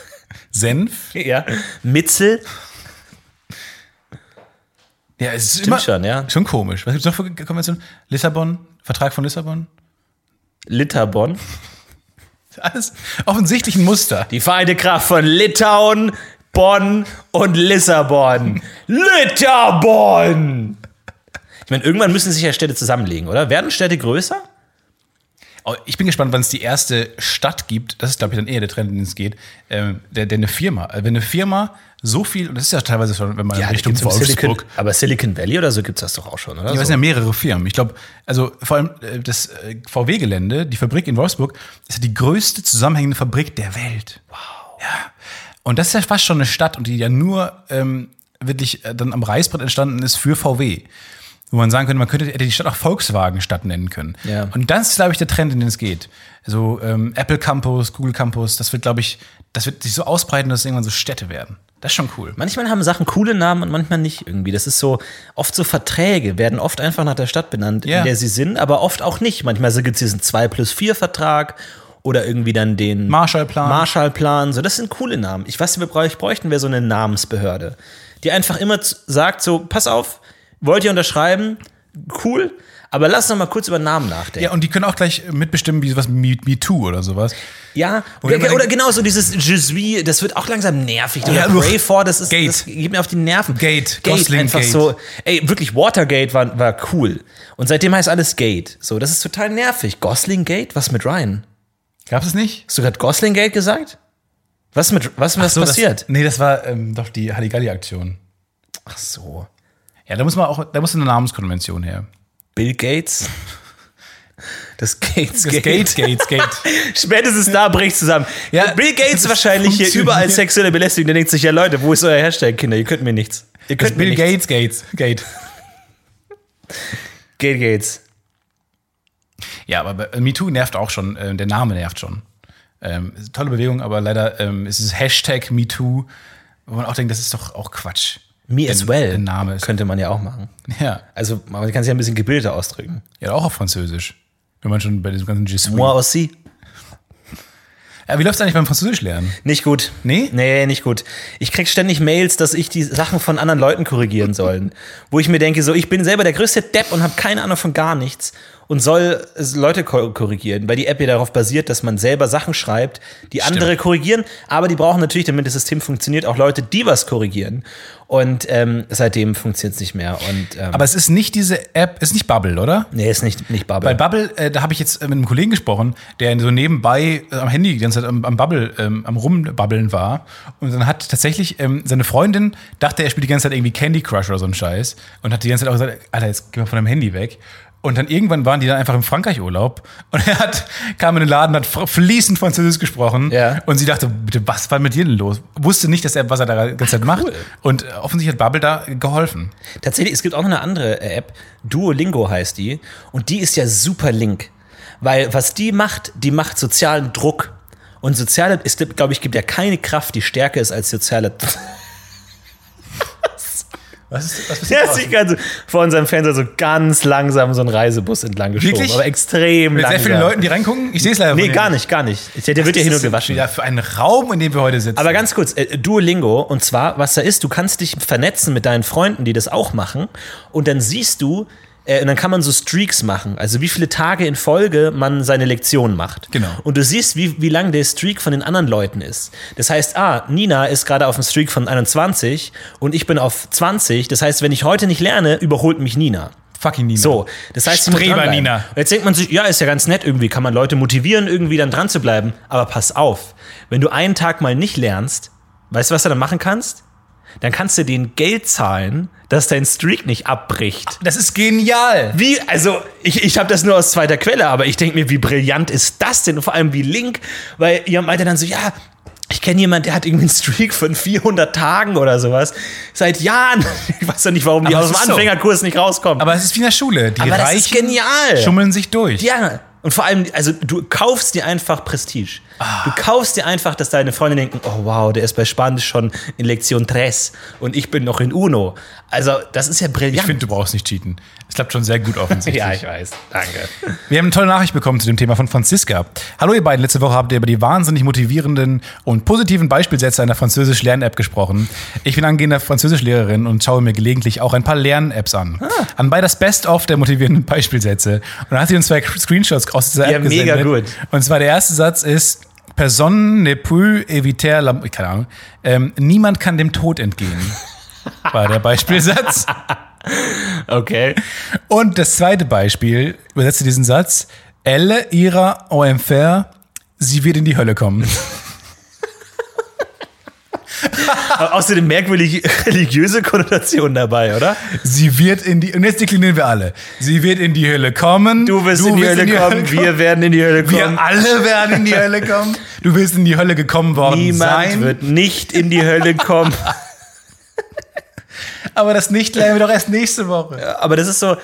S1: Senf.
S2: Ja. Mitzel.
S1: Ja, es ist
S2: schon, ja.
S1: schon komisch. Was gibt es noch für Konventionen? Lissabon, Vertrag von Lissabon.
S2: Litauen.
S1: Alles offensichtlich ein Muster.
S2: Die vereinte Kraft von Litauen, Bonn und Lissabon. Litauen! Ich meine, irgendwann müssen sich ja Städte zusammenlegen, oder? Werden Städte größer?
S1: Oh, Ich bin gespannt, wann es die erste Stadt gibt. Das ist, glaube ich, dann eher der Trend, in den es geht. Ähm, der, der eine Firma. Also Wenn eine Firma so viel, und das ist ja teilweise schon, wenn man in Richtung
S2: gibt's im Silicon,
S1: Wolfsburg.
S2: aber Silicon Valley oder so gibt es das doch auch schon, oder?
S1: Ja, es
S2: So.
S1: sind ja mehrere Firmen. Ich glaube, also vor allem äh, das äh, VW-Gelände, die Fabrik in Wolfsburg, ist ja die größte zusammenhängende Fabrik der Welt. Wow. Ja. Und das ist ja fast schon eine Stadt, und die ja nur ähm, wirklich äh, dann am Reißbrett entstanden ist für VW. Wo man sagen könnte, man könnte hätte die Stadt auch Volkswagen-Stadt nennen können.
S2: Ja.
S1: Und das ist, glaube ich, der Trend, in den es geht. Also ähm, Apple Campus, Google Campus, das wird, glaube ich, das wird sich so ausbreiten, dass es irgendwann so Städte werden. Das ist schon cool.
S2: Manchmal haben Sachen coole Namen und manchmal nicht irgendwie. Das ist so, oft so Verträge werden oft einfach nach der Stadt benannt,
S1: Ja.
S2: in der sie sind, aber oft auch nicht. Manchmal gibt es diesen 2 plus 4 Vertrag oder irgendwie dann den
S1: Marshallplan.
S2: Marshallplan. So, das sind coole Namen. Ich weiß, wir bräuch- bräuchten wir so eine Namensbehörde, die einfach immer z- sagt so, pass auf, wollt ihr unterschreiben? Cool. Aber lass noch mal kurz über Namen nachdenken.
S1: ja, und die können auch gleich mitbestimmen, wie sowas wie Me Too oder sowas.
S2: Ja,
S1: Oder
S2: oder,
S1: man-
S2: oder, genau so dieses Je suis, das wird auch langsam nervig. Oder
S1: Ja,
S2: ja,
S1: uch.
S2: Pray for, das ist
S1: Gate.
S2: Das geht mir auf die Nerven.
S1: Gate,
S2: Gate
S1: Gosling
S2: einfach
S1: Gate.
S2: so. Ey, wirklich Watergate war, war cool. Und seitdem heißt alles Gate. So, das ist total nervig. Gosling Gate, was mit Ryan?
S1: Gab es nicht?
S2: Hast du gerade Gosling Gate gesagt? Was mit was was
S1: So,
S2: passiert?
S1: Das, nee, das war ähm, doch die Halligalli-Aktion.
S2: Ach so.
S1: Ja, da muss man auch, da muss eine Namenskonvention her.
S2: Bill Gates. Das Gates
S1: Das Gate, Gate, Gate.
S2: Spätestens da bricht zusammen.
S1: Ja,
S2: Bill Gates
S1: das
S2: wahrscheinlich hier
S1: funktioniert.
S2: überall sexuelle Belästigung. Der denkt sich ja Leute, wo ist euer Hashtag, Kinder? Ihr könnt mir nichts. Ihr
S1: Das
S2: könnt mir
S1: Bill
S2: nichts.
S1: Gates, Gates, Gate.
S2: Bill Gates.
S1: Ja, aber bei äh, MeToo nervt auch schon, äh, der Name nervt schon. Ähm, ist eine tolle Bewegung, aber leider ähm, ist es Hashtag MeToo, wo man auch denkt, das ist doch auch Quatsch.
S2: Me as well.
S1: der Name ist-
S2: Könnte man ja auch machen.
S1: Ja.
S2: Also, man kann es ja ein bisschen gebildeter ausdrücken.
S1: Ja, auch auf Französisch. Wenn man schon bei diesem ganzen G Suite.
S2: Moi aussi.
S1: Ja, wie läuft's eigentlich beim Französisch lernen?
S2: Nicht gut.
S1: Nee?
S2: Nee, nicht gut. Ich krieg ständig Mails, dass ich die Sachen von anderen Leuten korrigieren soll. wo ich mir denke, so, ich bin selber der größte Depp und habe keine Ahnung von gar nichts und soll es Leute ko- korrigieren, weil die App ja darauf basiert, dass man selber Sachen schreibt, die andere korrigieren, aber die brauchen natürlich, damit das System funktioniert, auch Leute, die was korrigieren. Und ähm, seitdem funktioniert es nicht mehr. Und, ähm,
S1: Aber es ist nicht diese App, ist nicht Bubble, oder?
S2: nee, ist nicht, nicht
S1: Bei
S2: Bubble.
S1: Bubble, äh, da habe ich jetzt äh, mit einem Kollegen gesprochen, der so nebenbei äh, am Handy die ganze Zeit am, am Bubble, ähm, am Rumbabbeln war. Und dann hat tatsächlich ähm, seine Freundin dachte, er spielt die ganze Zeit irgendwie Candy Crush oder so ein Scheiß. Und hat die ganze Zeit auch gesagt, Alter, jetzt geh mal von deinem Handy weg. Und dann irgendwann waren die dann einfach im Frankreich-Urlaub und er hat, kam in den Laden, hat fr- fließend Französisch gesprochen.
S2: Ja.
S1: Und sie dachte, bitte, was war mit dir denn los? Wusste nicht, dass er, was er da die ganze Zeit macht. Und äh, offensichtlich hat Bubble da geholfen.
S2: Tatsächlich, es gibt auch noch eine andere äh, App, Duolingo heißt die, und die ist ja super link. Weil was die macht, die macht sozialen Druck. Und soziale, es gibt, glaube ich, gibt ja keine Kraft, die stärker ist als soziale.
S1: Was ist, was ist
S2: Der hat sich ganz, vor unserem Fernseher so ganz langsam so einen Reisebus entlang geschoben.
S1: Wirklich?
S2: Aber extrem
S1: Mit
S2: langsam.
S1: sehr vielen Leuten, die reingucken? Ich sehe es leider
S2: Nee,
S1: von
S2: gar
S1: denen.
S2: nicht, gar nicht. Der, der wird ja
S1: Was
S2: hin
S1: ist
S2: und
S1: das
S2: gewaschen.
S1: wieder für einen Raum, in dem wir heute sitzen.
S2: Aber ganz kurz, äh, Duolingo, und zwar, was da ist, du kannst dich vernetzen mit deinen Freunden, die das auch machen, und dann siehst du, äh, und dann kann man so Streaks machen, also wie viele Tage in Folge man seine Lektion macht.
S1: Genau.
S2: Und du siehst, wie, wie lang der Streak von den anderen Leuten ist. Das heißt, ah, Nina ist gerade auf dem Streak von 21 und ich bin auf 20. Das heißt, wenn ich heute nicht lerne, überholt mich Nina.
S1: fucking Nina.
S2: So, das heißt, ich muss
S1: Streber,
S2: dranbleiben.
S1: Nina.
S2: Und Jetzt denkt man sich, ja, ist ja ganz nett irgendwie, kann man Leute motivieren, irgendwie dann dran zu bleiben. Aber pass auf, wenn du einen Tag mal nicht lernst, weißt du, was du dann machen kannst? Dann kannst du denen Geld zahlen, dass dein Streak nicht abbricht.
S1: Das ist genial.
S2: Wie, also, ich, ich habe das nur aus zweiter Quelle, aber ich denke mir, wie brillant ist das denn? Und vor allem wie Link, weil ihr meinte dann so, ja, ich kenne jemanden, der hat irgendwie einen Streak von 400 Tagen oder sowas. Seit Jahren. Ich weiß ja nicht, warum die
S1: Aber
S2: aus
S1: es
S2: dem
S1: ist so.
S2: Anfängerkurs nicht rauskommen.
S1: Aber es ist wie in der Schule. Die
S2: Aber das
S1: Reichen
S2: ist genial.
S1: schummeln sich durch.
S2: Ja. Und vor allem, also du kaufst dir einfach Prestige. Du kaufst dir einfach, dass deine Freunde denken, oh wow, der ist bei Spanisch schon in Lektion 3 und ich bin noch in Uno. Also das ist ja brillant.
S1: Ich finde, du brauchst nicht cheaten. Es klappt schon sehr gut offensichtlich.
S2: ja, ich weiß. Danke.
S1: Wir haben eine tolle Nachricht bekommen zu dem Thema von Franziska. Hallo ihr beiden, letzte Woche habt ihr über die wahnsinnig motivierenden und positiven Beispielsätze einer Französisch-Lern-App gesprochen. Ich bin angehender Französischlehrerin und schaue mir gelegentlich auch ein paar Lern-Apps an.
S2: Ah.
S1: Anbei das Best-of der motivierenden Beispielsätze. Und da hat sie uns zwei Screenshots aus dieser
S2: Ja,
S1: App
S2: mega
S1: gesendet.
S2: gut.
S1: Und zwar der erste Satz ist, Personne ne peut éviter la... Keine Ahnung. Ähm, niemand kann dem Tod entgehen, war der Beispielsatz.
S2: Okay.
S1: Und das zweite Beispiel, übersetze diesen Satz, Elle ira au enfer, sie wird in die Hölle kommen.
S2: Aber außerdem merkwürdig religiöse Konnotation dabei, oder?
S1: Sie wird in die, und jetzt deklinieren wir alle, sie wird in die Hölle kommen.
S2: Du wirst in die Hölle kommen, wir werden in die Hölle
S1: wir
S2: kommen.
S1: alle werden in die Hölle kommen. Du wirst in die Hölle gekommen worden
S2: Niemand
S1: sein.
S2: wird nicht in die Hölle kommen.
S1: Aber das nicht lernen wir doch erst nächste Woche.
S2: aber das ist so,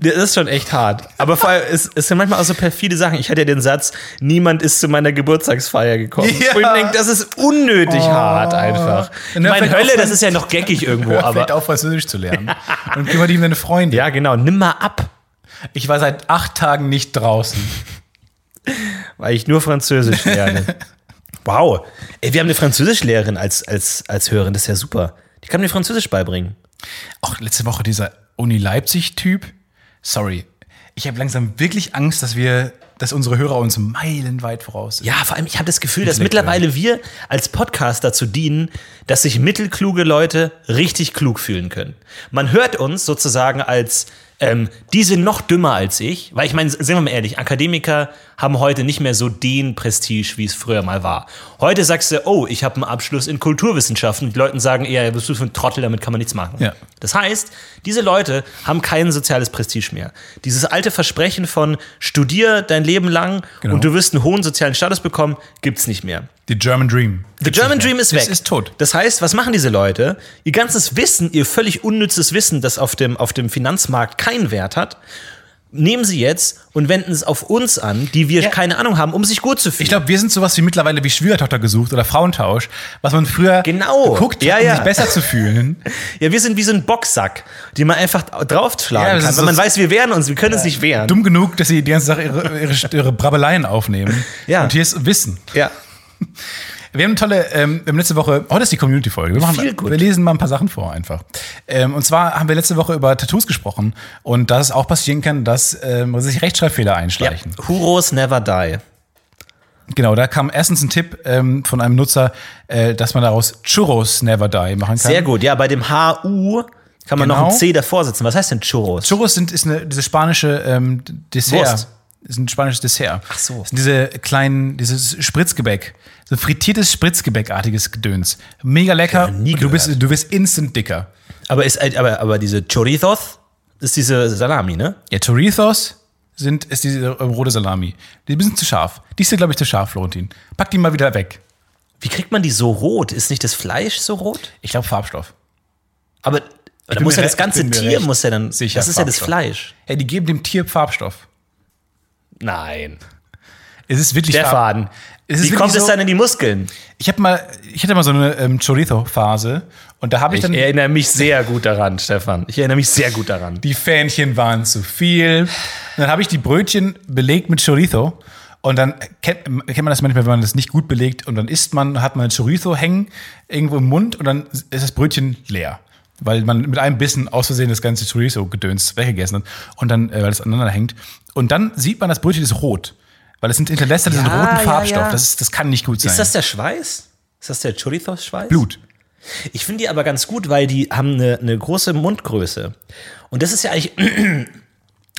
S2: das ist schon echt hart. Aber vor allem, es, es sind manchmal auch so perfide Sachen. Ich hatte ja den Satz, niemand ist zu meiner Geburtstagsfeier gekommen.
S1: Ja. Oh.
S2: Und ich denke, das ist unnötig hart einfach. Ich
S1: Dann hör
S2: meine,
S1: vielleicht
S2: Hölle,
S1: auf,
S2: das
S1: Franz-
S2: ist ja noch geckig irgendwo,
S1: Hör vielleicht
S2: aber.
S1: auf, Französisch zu lernen. Und kümmere dich um deine Freunde.
S2: Ja, genau, nimm mal ab,
S1: Ich war seit acht Tagen nicht draußen.
S2: weil ich nur Französisch lerne. wow. Ey, wir haben eine Französischlehrerin als, als, als Hörerin, das ist ja super. Die kann mir Französisch beibringen.
S1: Auch letzte Woche dieser Uni Leipzig-Typ. Sorry. Ich habe langsam wirklich Angst, dass wir, dass unsere Hörer uns meilenweit voraus sind.
S2: Ja, vor allem, ich habe das Gefühl, dass
S1: Intellektuell.
S2: mittlerweile wir als Podcast dazu dienen, dass sich mittelkluge Leute richtig klug fühlen können. Man hört uns sozusagen als, ähm, die sind noch dümmer als ich, weil ich meine, sind wir mal ehrlich, Akademiker haben heute nicht mehr so den Prestige, wie es früher mal war. Heute sagst du, oh, ich habe einen Abschluss in Kulturwissenschaften. Die Leute sagen eher, ja, bist du für ein Trottel, damit kann man nichts machen.
S1: Ja.
S2: Das heißt, diese Leute haben kein soziales Prestige mehr. Dieses alte Versprechen von studier dein Leben lang
S1: Genau.
S2: und du wirst einen hohen sozialen Status bekommen, gibt's nicht mehr.
S1: The German Dream.
S2: The German Dream ist weg.
S1: Es ist tot.
S2: Das heißt, was machen diese Leute? Ihr ganzes Wissen, ihr völlig unnützes Wissen, das auf dem, auf dem Finanzmarkt keinen Wert hat, nehmen sie jetzt und wenden es auf uns an, die wir
S1: Ja.
S2: keine Ahnung haben, um sich gut zu fühlen.
S1: Ich glaube, wir sind sowas wie mittlerweile wie Schwiegertochter gesucht oder Frauentausch, was man früher
S2: Genau.
S1: geguckt
S2: Ja,
S1: hat, um
S2: ja.
S1: sich besser zu fühlen.
S2: ja, wir sind wie so ein Boxsack, den man einfach
S1: Ja,
S2: draufschlagen
S1: das
S2: kann,
S1: ist
S2: weil man
S1: so-
S2: weiß, wir wehren uns, wir können uns nicht wehren.
S1: Dumm genug, dass sie die ganze Sache ihre, ihre, ihre Brabbeleien aufnehmen.
S2: Ja.
S1: Und hier ist Wissen.
S2: Ja.
S1: Wir haben eine tolle, ähm, wir haben letzte Woche, heute ist die Community-Folge. Wir, machen-
S2: Viel gut.
S1: wir lesen mal ein paar Sachen vor einfach. Ähm, und zwar haben wir letzte Woche über Tattoos gesprochen und dass es auch passieren kann, dass ähm, sich Rechtschreibfehler
S2: ja.
S1: einschleichen.
S2: Huros never die.
S1: Genau, da kam erstens ein Tipp ähm, von einem Nutzer, äh, dass man daraus Churros Never Die machen kann.
S2: Sehr gut. Ja, bei dem HU kann man noch
S1: Genau.
S2: ein C davor setzen. Was heißt denn Churros?
S1: Churros sind ist eine, diese spanische ähm, D- Dessert.
S2: Wurst.
S1: Ist ein spanisches Dessert. Ach
S2: so.
S1: Sind diese kleinen, dieses Spritzgebäck. So frittiertes Spritzgebäckartiges Gedöns. Mega lecker.
S2: nie
S1: und du bist,
S2: gehört.
S1: du bist instant dicker.
S2: aber, ist, halt- aber, aber diese Chorizos ist diese Salami, ne?
S1: Ja, Chorizos sind, ist diese äh, rote Salami. Die sind ein bisschen zu scharf. Die ist dir, glaube ich, zu scharf, Florentin. Pack die mal wieder weg.
S2: Wie kriegt man die so rot? Ist nicht das Fleisch so rot?
S1: Ich glaube, Farbstoff.
S2: Aber da
S1: bin
S2: muss
S1: mir
S2: ja
S1: recht-
S2: das ganze
S1: ich bin mir
S2: Tier
S1: recht
S2: muss ja dann.
S1: sicher,
S2: das ist ja das
S1: Farbstoff.
S2: Fleisch.
S1: Ja, die geben dem Tier Farbstoff.
S2: Nein.
S1: Es ist wirklich
S2: Der
S1: Farb-
S2: Faden.
S1: Es ist
S2: Wie
S1: wirklich
S2: kommt
S1: so,
S2: es dann in die Muskeln?
S1: Ich habe mal, ich hatte mal so eine ähm, Chorizo-Phase und da habe ich,
S2: Ich
S1: dann
S2: erinnere mich sehr gut daran, Stefan. Ich erinnere mich sehr gut daran.
S1: die Fähnchen waren zu viel. Und dann habe ich die Brötchen belegt mit Chorizo. Und dann kennt, kennt man das manchmal, wenn man das nicht gut belegt und dann isst man, hat man Chorizo hängen irgendwo im Mund und dann ist das Brötchen leer. Weil man mit einem Bissen aus Versehen das ganze Chorizo-Gedöns weggegessen hat und dann, äh, weil es aneinander hängt. Und dann sieht man, das Brötchen ist rot. Weil es sind Hinterlässe, das sind
S2: Ja,
S1: roten
S2: ja,
S1: Farbstoff.
S2: ja.
S1: Das, ist, das kann nicht gut sein.
S2: Ist das der Schweiß? Ist das der Chorizos-Schweiß?
S1: Blut?
S2: Ich finde die aber ganz gut, weil die haben eine, eine große Mundgröße. Und das ist ja eigentlich.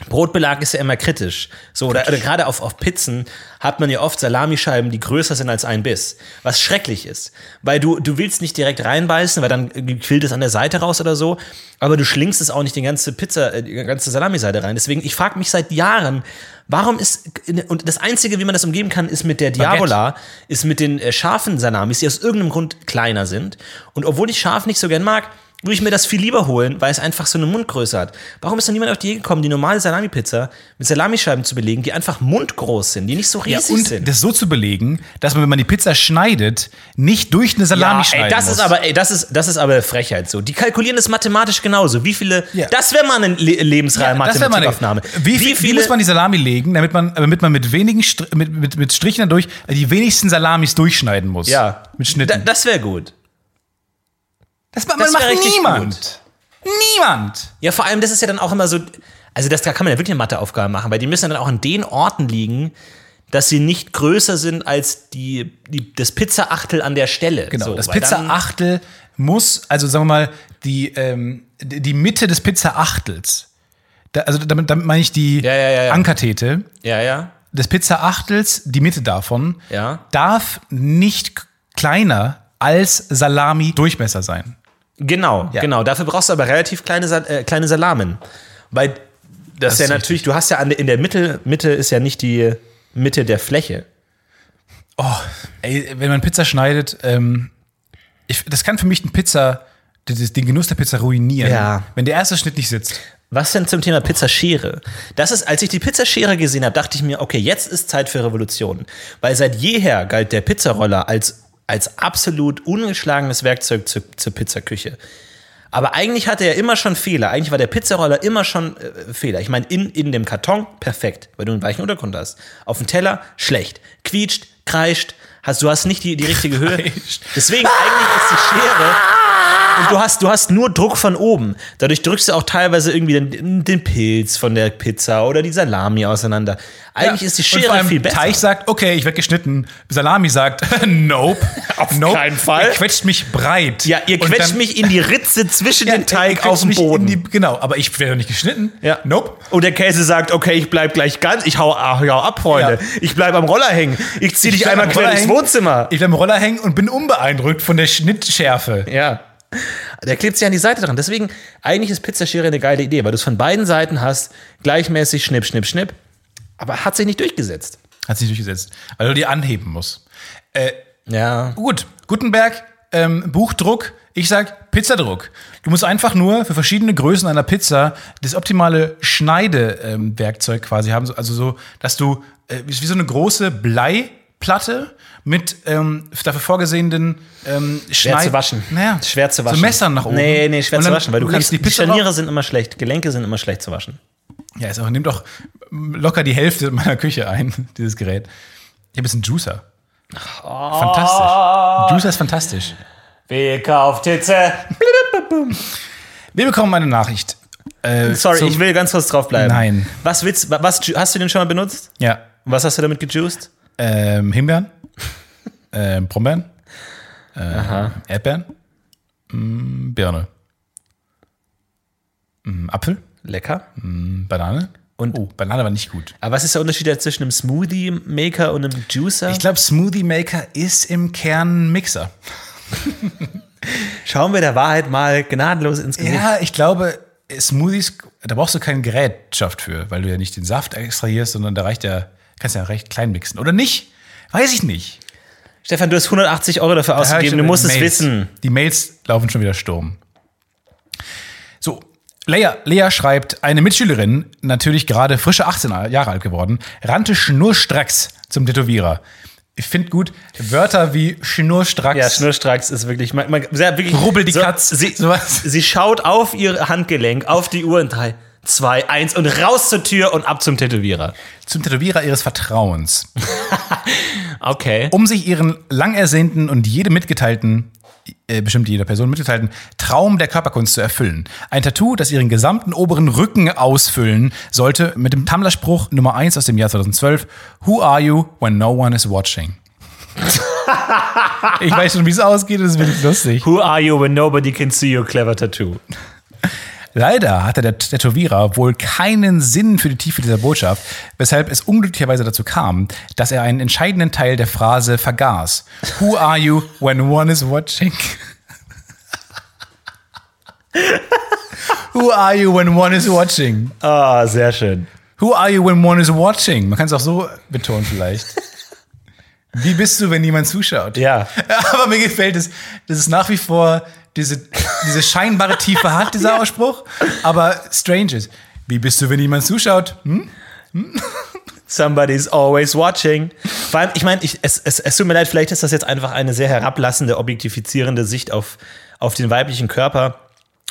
S2: Brotbelag ist ja immer kritisch. So, oder, oder gerade auf, auf Pizzen hat man ja oft Salamischeiben, die größer sind als ein Biss. Was schrecklich ist. Weil du, du willst nicht direkt reinbeißen, weil dann irgendwie quillt es an der Seite raus oder so. Aber du schlingst es auch nicht die ganze Pizza, äh, die ganze Salamiseite rein. Deswegen, ich frage mich seit Jahren, warum ist, und das Einzige, wie man das umgeben kann, ist mit der Diavola, ist mit den äh, scharfen Salamis, die aus irgendeinem Grund kleiner sind. Und obwohl ich scharf nicht so gern mag, würde ich mir das viel lieber holen, weil es einfach so eine Mundgröße hat. Warum ist noch niemand auf die Idee gekommen, die normale Salami-Pizza mit Salamischeiben zu belegen, die einfach mundgroß sind, die nicht so
S1: Ja,
S2: riesig
S1: und
S2: sind?
S1: das so zu belegen, dass man, wenn man die Pizza schneidet, nicht durch eine Salami
S2: Ja,
S1: schneiden
S2: ey, das
S1: muss.
S2: ist aber, ey, das ist, das ist aber Frechheit so. Die kalkulieren das mathematisch genauso. Wie viele,
S1: Ja.
S2: das wäre mal eine Le lebensreine
S1: Ja, das wär meine-
S2: Mathematikaufnahme.
S1: Wie, viel- wie muss man die Salami legen, damit man, äh, damit man mit wenigen Str mit, mit, mit Strichen dadurch die wenigsten Salamis durchschneiden muss?
S2: ja,
S1: Mit
S2: da,
S1: Schnitten.
S2: das wäre gut.
S1: das, ma-
S2: das wär richtig
S1: Niemand!
S2: Ja, vor allem, das ist ja dann auch immer so, also das da kann man ja wirklich eine Matheaufgabe machen, weil die müssen ja dann auch an den Orten liegen, dass sie nicht größer sind als die, die, das Pizzaachtel an der Stelle.
S1: Genau.
S2: so,
S1: das
S2: weil dann-
S1: Pizza-Achtel muss, also sagen wir mal, die, ähm, die die Mitte des Pizza-Achtels, da, also damit, damit meine ich die
S2: Ja, ja, ja, ja.
S1: Ankertheke
S2: Ja, ja.
S1: des Pizza-Achtels, die Mitte davon,
S2: Ja.
S1: darf nicht k- kleiner als Salami-Durchmesser sein.
S2: Genau,
S1: Ja.
S2: genau. Dafür brauchst du aber relativ kleine, Sa- äh, kleine Salamen. Weil das,
S1: Das
S2: ist ja
S1: ist
S2: natürlich, du hast ja an, der- in der Mitte, Mitte ist ja nicht die Mitte der Fläche.
S1: Oh, ey, wenn man Pizza schneidet, ähm, ich, das kann für mich ein Pizza, dieses- den Genuss der Pizza ruinieren,
S2: Ja.
S1: wenn der erste Schnitt nicht sitzt.
S2: Was denn zum Thema Pizzaschere? Das ist, als ich die Pizzaschere gesehen habe, dachte ich mir, okay, jetzt ist Zeit für Revolution. Weil seit jeher galt der Pizzaroller als, als absolut ungeschlagenes Werkzeug zu, zur Pizzaküche. Aber eigentlich hatte er immer schon Fehler. Eigentlich war der Pizzaroller immer schon äh, Fehler. Ich meine, in, in dem Karton perfekt, weil du einen weichen Untergrund hast. Auf dem Teller schlecht. Quietscht, kreischt, hast, du hast nicht die, die richtige Höhe.
S1: Kreischt.
S2: Deswegen eigentlich ist die Schere. Und du hast, du hast nur Druck von oben. Dadurch drückst du auch teilweise irgendwie den, den Pilz von der Pizza oder die Salami auseinander. Eigentlich
S1: Ja.
S2: ist die
S1: Und vor
S2: Schere
S1: allem
S2: viel besser.
S1: Teich sagt, okay, ich werde geschnitten. Salami sagt, nope.
S2: Auf keinen Fall.
S1: Ihr quetscht mich breit.
S2: ja, ihr
S1: Und
S2: quetscht
S1: dann-
S2: mich in die Ritze zwischen
S1: Ja,
S2: den
S1: ihr
S2: Teig
S1: quetscht
S2: auf den
S1: mich in
S2: Boden.
S1: Die, genau, aber ich werde doch nicht geschnitten.
S2: Ja.
S1: Nope.
S2: Und der Käse sagt, okay, ich bleib gleich ganz, ich hau, ah, hau ab, Freunde.
S1: Ja.
S2: Ich bleib am Roller hängen. Ich zieh dich
S1: bleib
S2: einmal
S1: am
S2: quer
S1: Roller
S2: durchs
S1: hängen.
S2: Wohnzimmer.
S1: Ich bleibe im Roller hängen und bin unbeeindruckt von der Schnittschärfe.
S2: Ja. Der klebt sich an die Seite dran. Deswegen, eigentlich ist Pizzaschere eine geile Idee, weil du es von beiden Seiten hast, gleichmäßig schnipp, schnipp, schnipp. Aber hat sich nicht durchgesetzt.
S1: Hat sich durchgesetzt. Weil du die anheben musst.
S2: Ja.
S1: Gut, Gutenberg, ähm, Buchdruck, Ich sag Pizzadruck. Du musst einfach nur für verschiedene Größen einer Pizza das optimale Schneidewerkzeug quasi haben. So- Also so, dass du äh, wie wie so eine große Bleiplatte mit ähm, dafür vorgesehenen ähm,
S2: Schwer
S1: Schneid
S2: zu waschen.
S1: Naja,
S2: schwer zu waschen.
S1: So Messern nach oben.
S2: Nee, nee, schwer
S1: Und
S2: zu
S1: dann
S2: waschen, weil du
S1: legst
S2: kannst.
S1: die
S2: Die,
S1: Pizza drauf.
S2: Scharniere sind immer schlecht, Gelenke sind immer schlecht zu waschen.
S1: Ja, ist auch, nimmt doch locker die Hälfte meiner Küche ein, dieses Gerät. Ich habe jetzt einen Juicer.
S2: Ah.
S1: Fantastisch. Ein Juicer ist fantastisch.
S2: Wicke auf Titze.
S1: Wir bekommen eine Nachricht. Äh,
S2: Sorry,
S1: zum-
S2: ich will ganz kurz draufbleiben.
S1: Nein.
S2: Was willst wa- was, hast du den schon mal benutzt?
S1: Ja.
S2: Und Was hast du damit gejuiced?
S1: Ähm, Himbeeren. ähm, Brombeeren. Äh, Erdbeeren. Mm, Birne. Mm, Apfel.
S2: Lecker.
S1: Mm, Banane.
S2: Und-
S1: oh, Banane war nicht gut.
S2: Aber was ist der Unterschied zwischen einem Smoothie Maker und einem Juicer?
S1: Ich glaube, Smoothie Maker ist im Kern ein Mixer.
S2: Schauen wir der Wahrheit mal gnadenlos ins Gesicht.
S1: Ja, ich glaube, Smoothies, da brauchst du keine Gerätschaft für, weil du ja nicht den Saft extrahierst, sondern da reicht ja, kannst ja recht klein mixen. Oder nicht? Weiß ich nicht.
S2: Stefan, du hast 180 Euro dafür
S1: Da hab ich
S2: ausgegeben.
S1: schon
S2: Du musst
S1: Mails.
S2: es wissen.
S1: Die Mails laufen schon wieder Sturm. So. Lea, Lea schreibt, eine Mitschülerin, natürlich gerade frische 18 Jahre alt geworden, rannte schnurstracks zum Tätowierer. Ich finde gut, Wörter wie schnurstracks,
S2: Ja, Schnurstracks ist wirklich. Man, man, sehr, wirklich
S1: rubbel die
S2: so,
S1: Katz,
S2: Sie,
S1: sowas.
S2: sie schaut auf ihr Handgelenk, auf die Uhr in 3, 2, 1 und raus zur Tür und ab zum Tätowierer.
S1: Zum Tätowierer ihres Vertrauens.
S2: Okay.
S1: um sich ihren lang ersehnten und jedem mitgeteilten, äh, bestimmt jeder Person mitgeteilten, Traum der Körperkunst zu erfüllen. Ein Tattoo, das ihren gesamten oberen Rücken ausfüllen sollte, mit dem Tumblr-Spruch Nummer 1 aus dem Jahr 2012, Who are you when no one is watching? ich weiß schon, wie es ausgeht, das ist wirklich lustig.
S2: Who are you when nobody can see your clever tattoo?
S1: Leider hatte der Tätowierer wohl keinen Sinn für die Tiefe dieser Botschaft, weshalb es unglücklicherweise dazu kam, dass er einen entscheidenden Teil der Phrase vergaß. Who are you when one is watching? Who are you when one is watching?
S2: Ah, sehr schön.
S1: Who are you when one is watching? Man kann es auch so betonen vielleicht. Wie bist du, wenn niemand zuschaut?
S2: Ja.
S1: Aber mir gefällt es, dass es nach wie vor diese, diese scheinbare Tiefe hat, dieser Ausspruch, aber strange ist. Wie bist du, wenn niemand zuschaut? Hm?
S2: Somebody's always watching. Vor allem, ich meine, ich, es, es, es tut mir leid, vielleicht ist das jetzt einfach eine sehr herablassende, objektifizierende Sicht auf, auf den weiblichen Körper.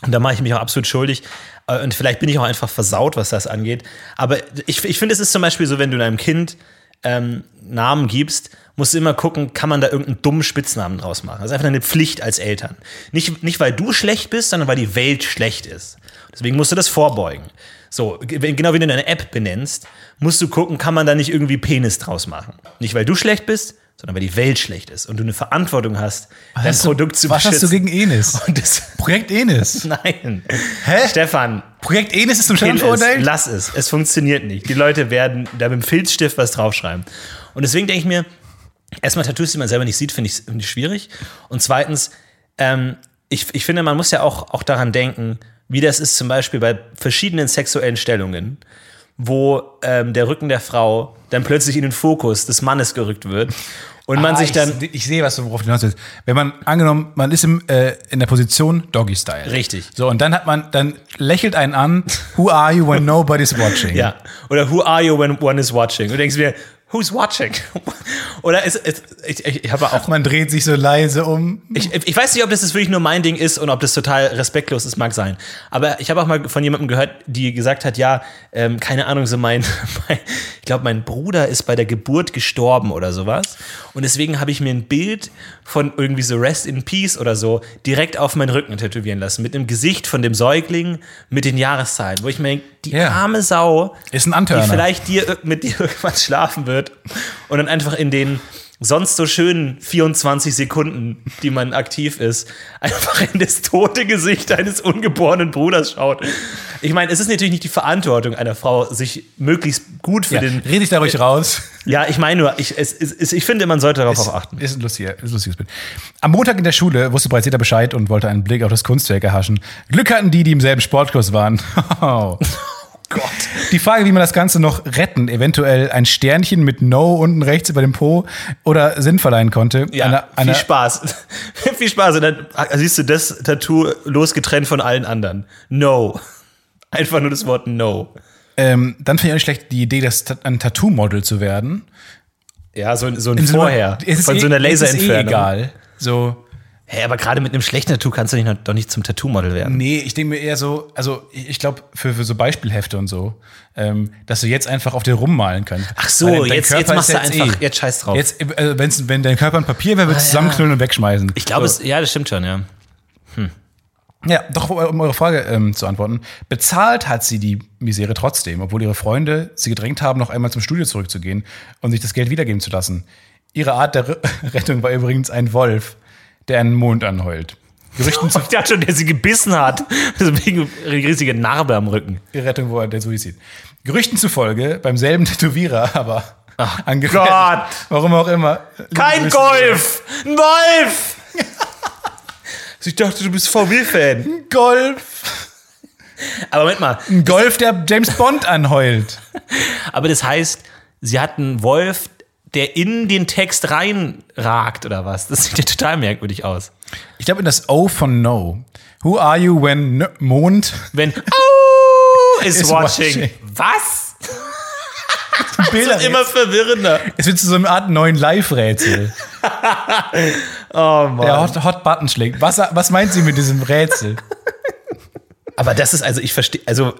S2: Und da mache ich mich auch absolut schuldig. Äh, Und vielleicht bin ich auch einfach versaut, was das angeht. Aber ich, ich finde, es ist zum Beispiel so, wenn du deinem Kind ähm, Namen gibst, musst du immer gucken, kann man da irgendeinen dummen Spitznamen draus machen. Das ist einfach deine Pflicht als Eltern. Nicht, nicht weil du schlecht bist, sondern weil die Welt schlecht ist. Deswegen musst du das vorbeugen. So, ge- wenn- genau wie du eine App benennst, musst du gucken, kann man da nicht irgendwie Penis draus machen. Nicht weil du schlecht bist, sondern weil die Welt schlecht ist und du eine Verantwortung hast, dein
S1: Hast du-
S2: Produkt zu
S1: Was hast du
S2: beschützen.
S1: gegen Enis?
S2: Und das,
S1: Projekt Enis.
S2: nein.
S1: Hä?
S2: Stefan,
S1: Projekt Enis ist zum
S2: kill
S1: Scheitern
S2: es,
S1: verurteilt?
S2: lass es. Es funktioniert nicht. Die Leute werden da mit dem Filzstift was draufschreiben. Und deswegen denke ich mir, erstmal Tattoos, die man selber nicht sieht, finde ich, finde ich schwierig. Und zweitens, ähm, ich, ich finde, man muss ja auch, auch daran denken, wie das ist zum Beispiel bei verschiedenen sexuellen Stellungen, wo ähm, der Rücken der Frau dann plötzlich in den Fokus des Mannes gerückt wird und man
S1: Ah,
S2: sich dann
S1: ich, ich sehe, was du worauf du hinaus willst. Wenn man angenommen, man ist im, äh, in der Position Doggy Style.
S2: Richtig.
S1: So und dann hat man, dann lächelt einen an. Who are you when nobody's watching?
S2: Ja. Oder who are you when one is watching? Und du denkst mir, who's watching? Oder es, es, ich, ich, ich habe auch.
S1: Man dreht sich so leise um.
S2: Ich, ich weiß nicht, ob das jetzt wirklich nur mein Ding ist und ob das total respektlos ist, mag sein. Aber ich habe auch mal von jemandem gehört, die gesagt hat, ja, ähm, keine Ahnung, so mein, mein ich glaube, mein Bruder ist bei der Geburt gestorben oder sowas. Und deswegen habe ich mir ein Bild von irgendwie so Rest in Peace oder so direkt auf meinen Rücken tätowieren lassen. Mit dem Gesicht von dem Säugling, mit den Jahreszahlen. Wo ich mir denk, die
S1: Ja.
S2: arme Sau
S1: Ist ein
S2: die
S1: Antörner.
S2: vielleicht dir, mit dir irgendwann schlafen wird und dann einfach in den sonst so schönen 24 Sekunden, die man aktiv ist, einfach in das tote Gesicht deines ungeborenen Bruders schaut. Ich meine, es ist natürlich nicht die Verantwortung einer Frau, sich möglichst gut für
S1: ja,
S2: den.
S1: red ich da ruhig raus.
S2: Ja, ich meine nur, ich, es, es, es, ich finde, man sollte darauf auch achten.
S1: Ist ein, lustiger, ist ein lustiges Bild. Am Montag in der Schule wusste bereits jeder Bescheid und wollte einen Blick auf das Kunstwerk erhaschen. Glück hatten die, die im selben Sportkurs waren.
S2: Gott.
S1: Die Frage, wie man das Ganze noch retten, eventuell ein Sternchen mit No unten rechts über dem Po oder Sinn verleihen konnte.
S2: Ja, viel Spaß. viel Spaß. Und dann ah, siehst du das Tattoo losgetrennt von allen anderen. No. Einfach nur das Wort No.
S1: ähm, dann finde ich auch nicht schlecht, die Idee, das, Ta- ein Tattoo-Model zu werden.
S2: Ja, so, so ein
S1: Im Sinne-
S2: Vorher.
S1: Es ist
S2: von
S1: eh-
S2: so einer
S1: es ist Eh
S2: Laserentfernung.
S1: egal. So,
S2: Hä, aber gerade mit einem schlechten Tattoo kannst du nicht, noch- doch nicht zum Tattoo-Model werden.
S1: nee, ich denke mir eher so, also ich ich glaube, für, für so Beispielhefte und so, ähm, dass du jetzt einfach auf dir rummalen kannst.
S2: Ach so,
S1: Weil dein
S2: jetzt-
S1: Körper
S2: jetzt machst
S1: ist eh
S2: du einfach- jetzt scheiß drauf. Ah,
S1: Jetzt, äh, also wenn's, wenn dein Körper ein Papier wäre, würdest du zusammenknüllen und wegschmeißen.
S2: Ich glaube, es, ja, das stimmt schon, ja.
S1: Ja, doch, um eu- um eure Frage ähm, zu antworten. Bezahlt hat sie die Misere trotzdem, obwohl ihre Freunde sie gedrängt haben, noch einmal zum Studio zurückzugehen und sich das Geld wiedergeben zu lassen. Ihre Art der R Rettung war übrigens ein Wolf, der einen Mond anheult. Gerüchten zu
S2: Ich dachte schon, der sie gebissen hat. Deswegen eine riesige Narbe am Rücken.
S1: ihre Rettung war der Suizid. Gerüchten zufolge beim selben Tätowierer aber angefertigt.
S2: Gott.
S1: Warum auch immer.
S2: Kein
S1: Liebe Grüße.
S2: Golf! Ein Wolf! Also ich dachte, du bist VW-Fan.
S1: Golf.
S2: Aber Moment mal.
S1: Ein Golf, der James Bond anheult.
S2: Aber das heißt, sie hat einen Wolf, der in den Text reinragt oder was? Das sieht ja total merkwürdig aus.
S1: Ich glaube in das O von No. Who are you when N- Mond
S2: Wenn Au is,
S1: Is
S2: watching.
S1: watching.
S2: Was?
S1: Bilder
S2: Das wird immer verwirrender.
S1: Es wird zu so einer Art neuen Live-Rätsel.
S2: Oh Mann.
S1: Der Hot, Hot Button schlägt. Was, was meint sie mit diesem Rätsel?
S2: Aber das ist also, ich verstehe, also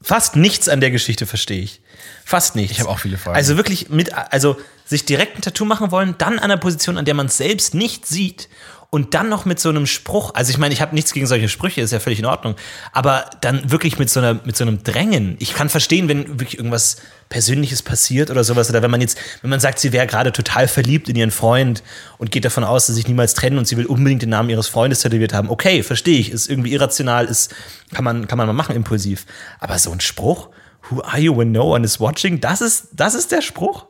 S2: fast nichts an der Geschichte verstehe ich. Fast nichts. Ich
S1: habe auch viele Fragen.
S2: Also wirklich mit, also sich direkt ein Tattoo machen wollen, dann an einer Position, an der man es selbst nicht sieht und dann noch mit so einem Spruch. Also ich meine, ich habe nichts gegen solche Sprüche, ist ja völlig in Ordnung. Aber dann wirklich mit so einer, mit so einem Drängen. Ich kann verstehen, wenn wirklich irgendwas Persönliches passiert oder sowas oder wenn man jetzt, wenn man sagt, sie wäre gerade total verliebt in ihren Freund und geht davon aus, dass sie sich niemals trennen und sie will unbedingt den Namen ihres Freundes tätowiert haben. Okay, verstehe ich, ist irgendwie irrational, ist kann man kann man mal machen impulsiv. Aber so ein Spruch, who are you when no one is watching? Das ist das ist der Spruch.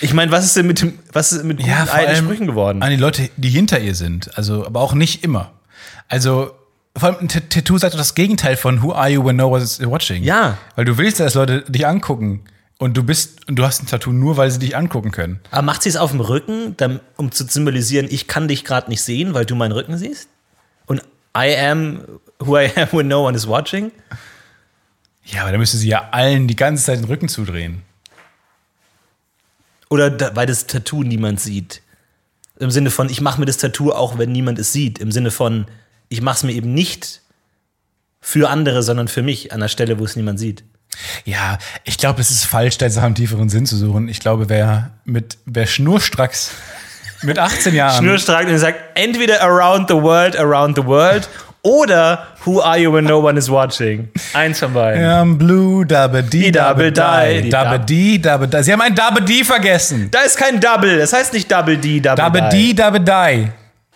S2: Ich meine, was ist denn mit dem was ist mit guten alten Sprüchen geworden?
S1: An die Leute, die hinter ihr sind. Also, aber auch nicht immer. Also, vor allem ein T- Tattoo sagt doch das Gegenteil von Who are you when no one is watching?
S2: Ja.
S1: Weil du willst, dass Leute dich angucken. Und du bist, und du hast ein Tattoo nur, weil sie dich angucken können.
S2: Aber macht sie es auf dem Rücken, dann, um zu symbolisieren, ich kann dich gerade nicht sehen, weil du meinen Rücken siehst? Und I am who I am when no one is watching?
S1: Ja, aber dann müsste sie ja allen die ganze Zeit den Rücken zudrehen.
S2: Oder da, weil das Tattoo niemand sieht? Im Sinne von, ich mache mir das Tattoo auch, wenn niemand es sieht. Im Sinne von, ich mache es mir eben nicht für andere, sondern für mich, an der Stelle, wo es niemand sieht.
S1: Ja, ich glaube, es ist falsch, da jetzt nach einem tieferen Sinn zu suchen. Ich glaube, wer mit, wer schnurstracks mit 18 Jahren.
S2: Schnürstrang und sagt, entweder around the world, around the world, oder who are you when no one is watching? Eins von beiden.
S1: Um, blue, dabbe, die, dabbe, die, dabbe, die, dabbe, die. Sie haben ein dabbe, die vergessen.
S2: Da ist kein Double, das heißt nicht Double D, Double,
S1: Dabbe,
S2: die.
S1: die, dabbe, die.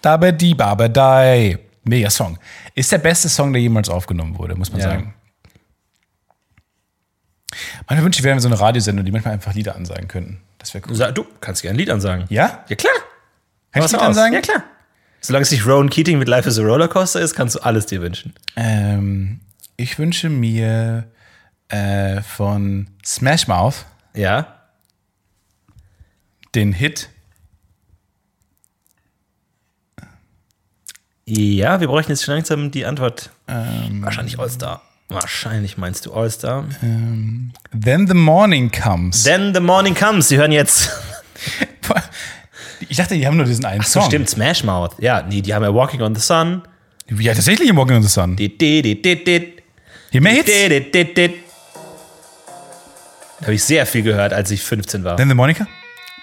S1: Dabbe, die, babbe, die. Mega Song. Ist der beste Song, der jemals aufgenommen wurde, muss man
S2: Ja.
S1: sagen. Manchmal wünsche ich, wir wären so eine Radiosendung, die manchmal einfach Lieder ansagen könnten. Das wäre cool.
S2: Sag, du kannst gerne ein Lied ansagen.
S1: Ja?
S2: Ja, klar.
S1: Kann ich
S2: Was
S1: Lied
S2: aus?
S1: ansagen?
S2: Ja, klar. Solange es nicht Rowan Keating mit Life is a Rollercoaster ist, kannst du alles dir wünschen.
S1: Ähm, ich wünsche mir äh, von Smash Mouth
S2: Ja?
S1: den Hit.
S2: Ja, wir bräuchten jetzt schon langsam die Antwort.
S1: Ähm,
S2: Wahrscheinlich All-Star. Wahrscheinlich meinst du All-Star.
S1: Then the morning comes.
S2: Then the morning comes. Sie hören jetzt.
S1: ich dachte, die haben nur diesen einen Song.
S2: Stimmt, Smash Mouth. Ja, nee, die haben ja Walking on the Sun.
S1: Ja, tatsächlich im Walking on the Sun.
S2: Dit, dit, dit, dit, dit.
S1: Hier mehr Hits.
S2: Dit, dit, dit, dit. Da habe ich sehr viel gehört, als ich 15 war.
S1: Then the Monica?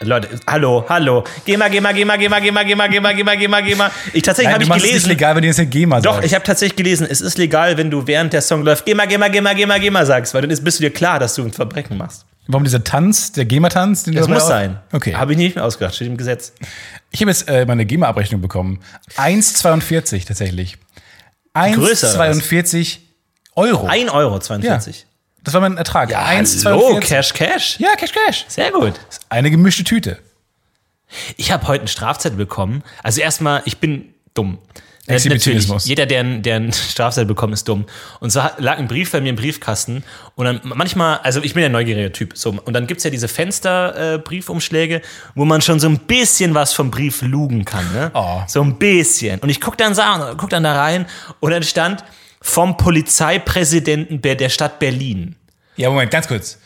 S2: Leute, hallo, hallo. Geh mal, geh mal, geh mal, geh mal, geh mal, geh mal, geh mal, geh mal, geh mal, geh mal. Ich tatsächlich habe
S1: du
S2: ich
S1: machst es nicht
S2: gelesen.
S1: legal, wenn du jetzt eine GEMA
S2: Doch,
S1: sagst.
S2: ich habe tatsächlich gelesen, es ist legal, wenn du während der Song läuft, geh mal, geh mal, geh mal, geh mal, geh mal sagst, weil dann ist, bist du dir klar, dass du ein Verbrechen machst.
S1: Warum dieser Tanz, der GEMA-Tanz? den du
S2: Das
S1: dabei
S2: muss
S1: auch-
S2: sein.
S1: Okay.
S2: Habe ich nicht mehr ausgedacht, steht im Gesetz.
S1: ich habe jetzt äh, meine GEMA-Abrechnung bekommen. 1,42 tatsächlich.
S2: Größer, oder was?
S1: 1,42 Euro.
S2: 1 Euro 42.
S1: das war mein Ertrag. Ja,
S2: hallo, Cash Cash.
S1: Ja, Cash Cash.
S2: Sehr gut.
S1: Eine gemischte Tüte.
S2: Ich habe heute einen Strafzettel bekommen. Also erstmal, ich bin dumm. Ja, Natürlich,
S1: Exhibitionismus.
S2: jeder, der, ein- der einen Strafzettel bekommt, ist dumm. Und so hat- lag ein Brief bei mir im Briefkasten. Und dann manchmal, also ich bin ja ein neugieriger Typ. So, und dann gibt's ja diese Fensterbriefumschläge, äh, Briefumschläge, wo man schon so ein bisschen was vom Brief lugen kann. Ne?
S1: Oh.
S2: So ein bisschen. Und ich guck dann, sa- guck dann da rein und dann stand vom Polizeipräsidenten Ber- der Stadt Berlin.
S1: Ja, Moment, ganz kurz.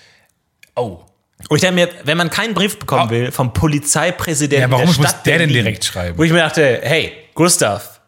S1: Oh.
S2: Und ich dachte mir, wenn man keinen Brief bekommen will vom Polizeipräsidenten
S1: Ja, warum
S2: der
S1: muss
S2: Stadt
S1: der denn
S2: Berlin,
S1: direkt schreiben?
S2: Wo ich mir dachte, hey, Gustav,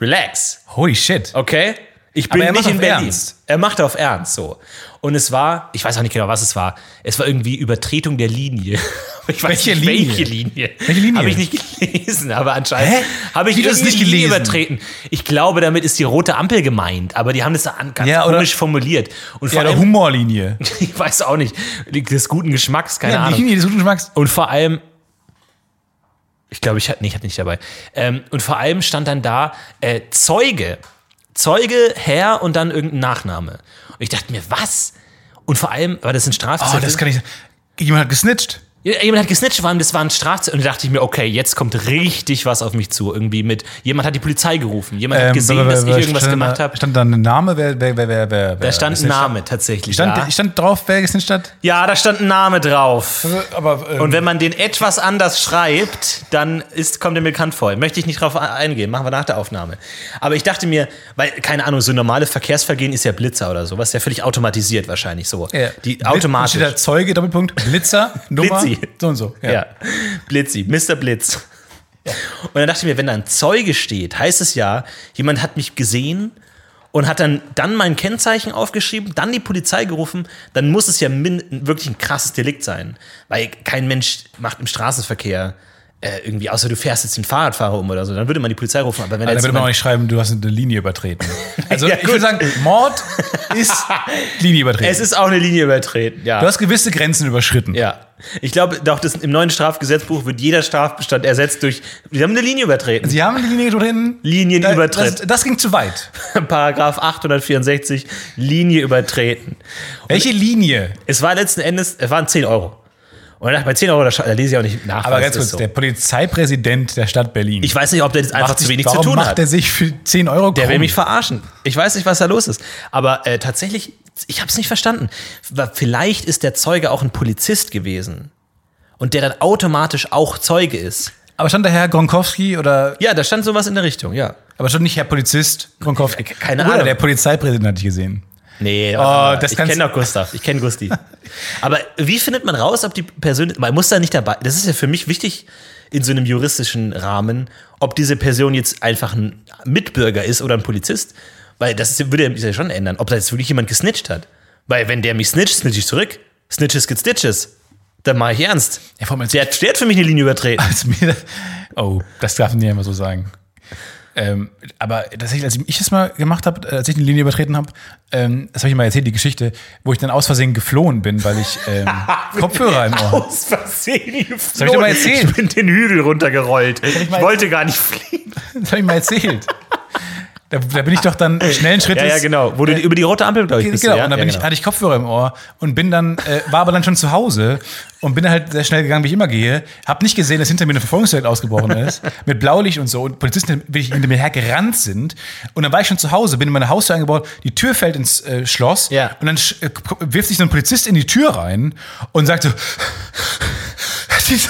S2: relax.
S1: Holy shit.
S2: Okay? Ich
S1: Aber
S2: bin
S1: er
S2: nicht
S1: macht
S2: in
S1: auf
S2: Berlin.
S1: Ernst.
S2: Er macht auf Ernst so. Und es war, ich weiß auch nicht genau, was es war. Es war irgendwie Übertretung der Linie. Aber Ich weiß
S1: Welche
S2: nicht,
S1: Linie?
S2: welche Linie.
S1: Welche Linie?
S2: Habe ich nicht gelesen, aber anscheinend
S1: Hä?
S2: habe ich
S1: Wie, du hast es
S2: irgendeine
S1: nicht
S2: Linie
S1: gelesen?
S2: übertreten. Ich glaube, damit ist die rote Ampel gemeint, aber die haben das an- ganz
S1: Ja, oder-
S2: komisch formuliert. Und vor
S1: Ja, der
S2: allem,
S1: Humorlinie.
S2: ich weiß auch nicht, liegt des guten Geschmacks, keine
S1: Ja, die
S2: Ahnung.
S1: Linie des guten Geschmacks.
S2: Und vor allem, ich glaube, ich hatte nee, ich hatte nicht dabei. Ähm, und vor allem stand dann da äh, Zeuge. Zeuge, Herr und dann irgendein Nachname. Und ich dachte mir, was? Und vor allem, war das ein
S1: Oh,
S2: Strafzettel?
S1: das kann ich. Jemand hat gesnitcht.
S2: Ja, Jemand hat gesnitcht, vor allem das war ein Strafzettel. Und da dachte ich mir, okay, jetzt kommt richtig was auf mich zu. Irgendwie mit, jemand hat die Polizei gerufen, jemand
S1: Ähm,
S2: hat gesehen, dass ich irgendwas
S1: stand
S2: gemacht
S1: da,
S2: habe.
S1: Stand da ein Name? Wer, wer, wer, wer, wer,
S2: Da stand ein Name tatsächlich.
S1: Stand,
S2: ja.
S1: stand drauf, wer gesnitcht hat?
S2: ja, da stand ein Name drauf.
S1: Aber, ähm,
S2: Und wenn man den etwas anders schreibt, dann ist, kommt er mir bekannt vor. Möchte ich nicht drauf eingehen, machen wir nach der Aufnahme. Aber ich dachte mir, weil, keine Ahnung, so normale Verkehrsvergehen ist ja Blitzer oder sowas, ja völlig automatisiert wahrscheinlich so.
S1: ja.
S2: Die
S1: Steht da
S2: automatisch.
S1: Zeuge, Doppelpunkt, Blitzer, Nummer,
S2: Blitzi.
S1: so und so.
S2: Ja. Blitzi, Mr. Blitz. Und dann dachte ich mir, wenn da ein Zeuge steht, heißt es ja, jemand hat mich gesehen und hat dann, dann mein Kennzeichen aufgeschrieben, dann die Polizei gerufen, dann muss es ja min, wirklich ein krasses Delikt sein. Weil kein Mensch macht im Straßenverkehr äh, irgendwie, außer du fährst jetzt den Fahrradfahrer um oder so, dann würde Also man die Polizei rufen. Aber wenn
S1: Da
S2: jetzt
S1: Also würde man auch
S2: jemand-
S1: nicht schreiben, du hast eine Linie übertreten. Also
S2: Ja,
S1: ich würde
S2: gut.
S1: sagen, Mord ist Linie übertreten.
S2: es ist auch eine Linie übertreten, ja.
S1: du hast gewisse Grenzen überschritten.
S2: ja. Ich glaube, doch, das, im neuen Strafgesetzbuch wird jeder Strafbestand ersetzt durch, wir haben eine Linie übertreten.
S1: Sie haben eine Linie übertreten.
S2: Linienübertritt.
S1: Das, das ging zu weit.
S2: Paragraph 864 Linie übertreten.
S1: Welche Linie?
S2: Es war letzten Endes, es waren 10 Euro. Und dann, bei 10 Euro, da, scha- da lese ich auch nicht nach.
S1: Aber
S2: was
S1: ganz
S2: ist
S1: kurz,
S2: so.
S1: der Polizeipräsident der Stadt Berlin.
S2: ich weiß nicht, ob der jetzt einfach
S1: macht
S2: zu
S1: sich-
S2: wenig zu
S1: warum
S2: tun
S1: macht
S2: hat.
S1: er sich für 10 Euro
S2: Der will
S1: krumm?
S2: mich verarschen. Ich weiß nicht, was da los ist. Aber äh, tatsächlich, ich habe es nicht verstanden. Wa- Vielleicht ist der Zeuge auch ein Polizist gewesen. Und der dann automatisch auch Zeuge ist.
S1: Aber stand da Herr Gronkowski oder,
S2: Ja, da stand sowas in der Richtung, ja.
S1: aber schon nicht Herr Polizist Gronkowski.
S2: Keine
S1: oder
S2: Ahnung.
S1: der Polizeipräsident hatte ich gesehen.
S2: Nee,
S1: Oh,
S2: das
S1: das
S2: ich
S1: kannst-
S2: kenne doch Gustav, ich kenne Gusti. Aber wie findet man raus, ob die Person, man muss da nicht dabei, das ist ja für mich wichtig in so einem juristischen Rahmen, ob diese Person jetzt einfach ein Mitbürger ist oder ein Polizist, weil das ist, würde ja- ist ja schon ändern, ob da jetzt wirklich jemand gesnitcht hat. Weil wenn der mich snitcht, snitch ich zurück. Snitches get stitches. Dann mache ich ernst.
S1: Ja, vor allem als-
S2: der, hat, der hat für mich eine Linie übertreten.
S1: als mir, oh, das darf man nicht immer so sagen. Ähm, aber tatsächlich, als ich das mal gemacht habe, äh, als ich eine Linie übertreten habe, ähm, das habe ich mal erzählt, die Geschichte, wo ich dann aus Versehen geflohen bin, weil ich ähm, Kopfhörer im Ohr
S2: Aus Versehen geflohen.
S1: dir mal erzählen?
S2: Ich bin den Hügel runtergerollt. Ich,
S1: mal
S2: wollte gar nicht fliegen.
S1: Das habe ich mal erzählt. Da, da bin ich doch dann schnellen Schritt.
S2: Ja, ja, genau. Wo du über die rote Ampel, glaube ich, bist.
S1: Genau,
S2: ja?
S1: und dann
S2: ja,
S1: bin ich,
S2: genau.
S1: hatte ich Kopfhörer im Ohr und bin dann, äh, war aber dann schon zu Hause und bin halt sehr schnell gegangen, wie ich immer gehe. Hab nicht gesehen, dass hinter mir eine Verfolgungsjagd ausgebrochen ist, mit Blaulicht und so und Polizisten wirklich hinter mir hergerannt sind. Und dann war ich schon zu Hause, bin in meine Haustür eingebaut, die Tür fällt ins äh, Schloss
S2: Ja.
S1: und dann sch- äh, k- wirft sich so ein Polizist in die Tür rein und sagt so, diese,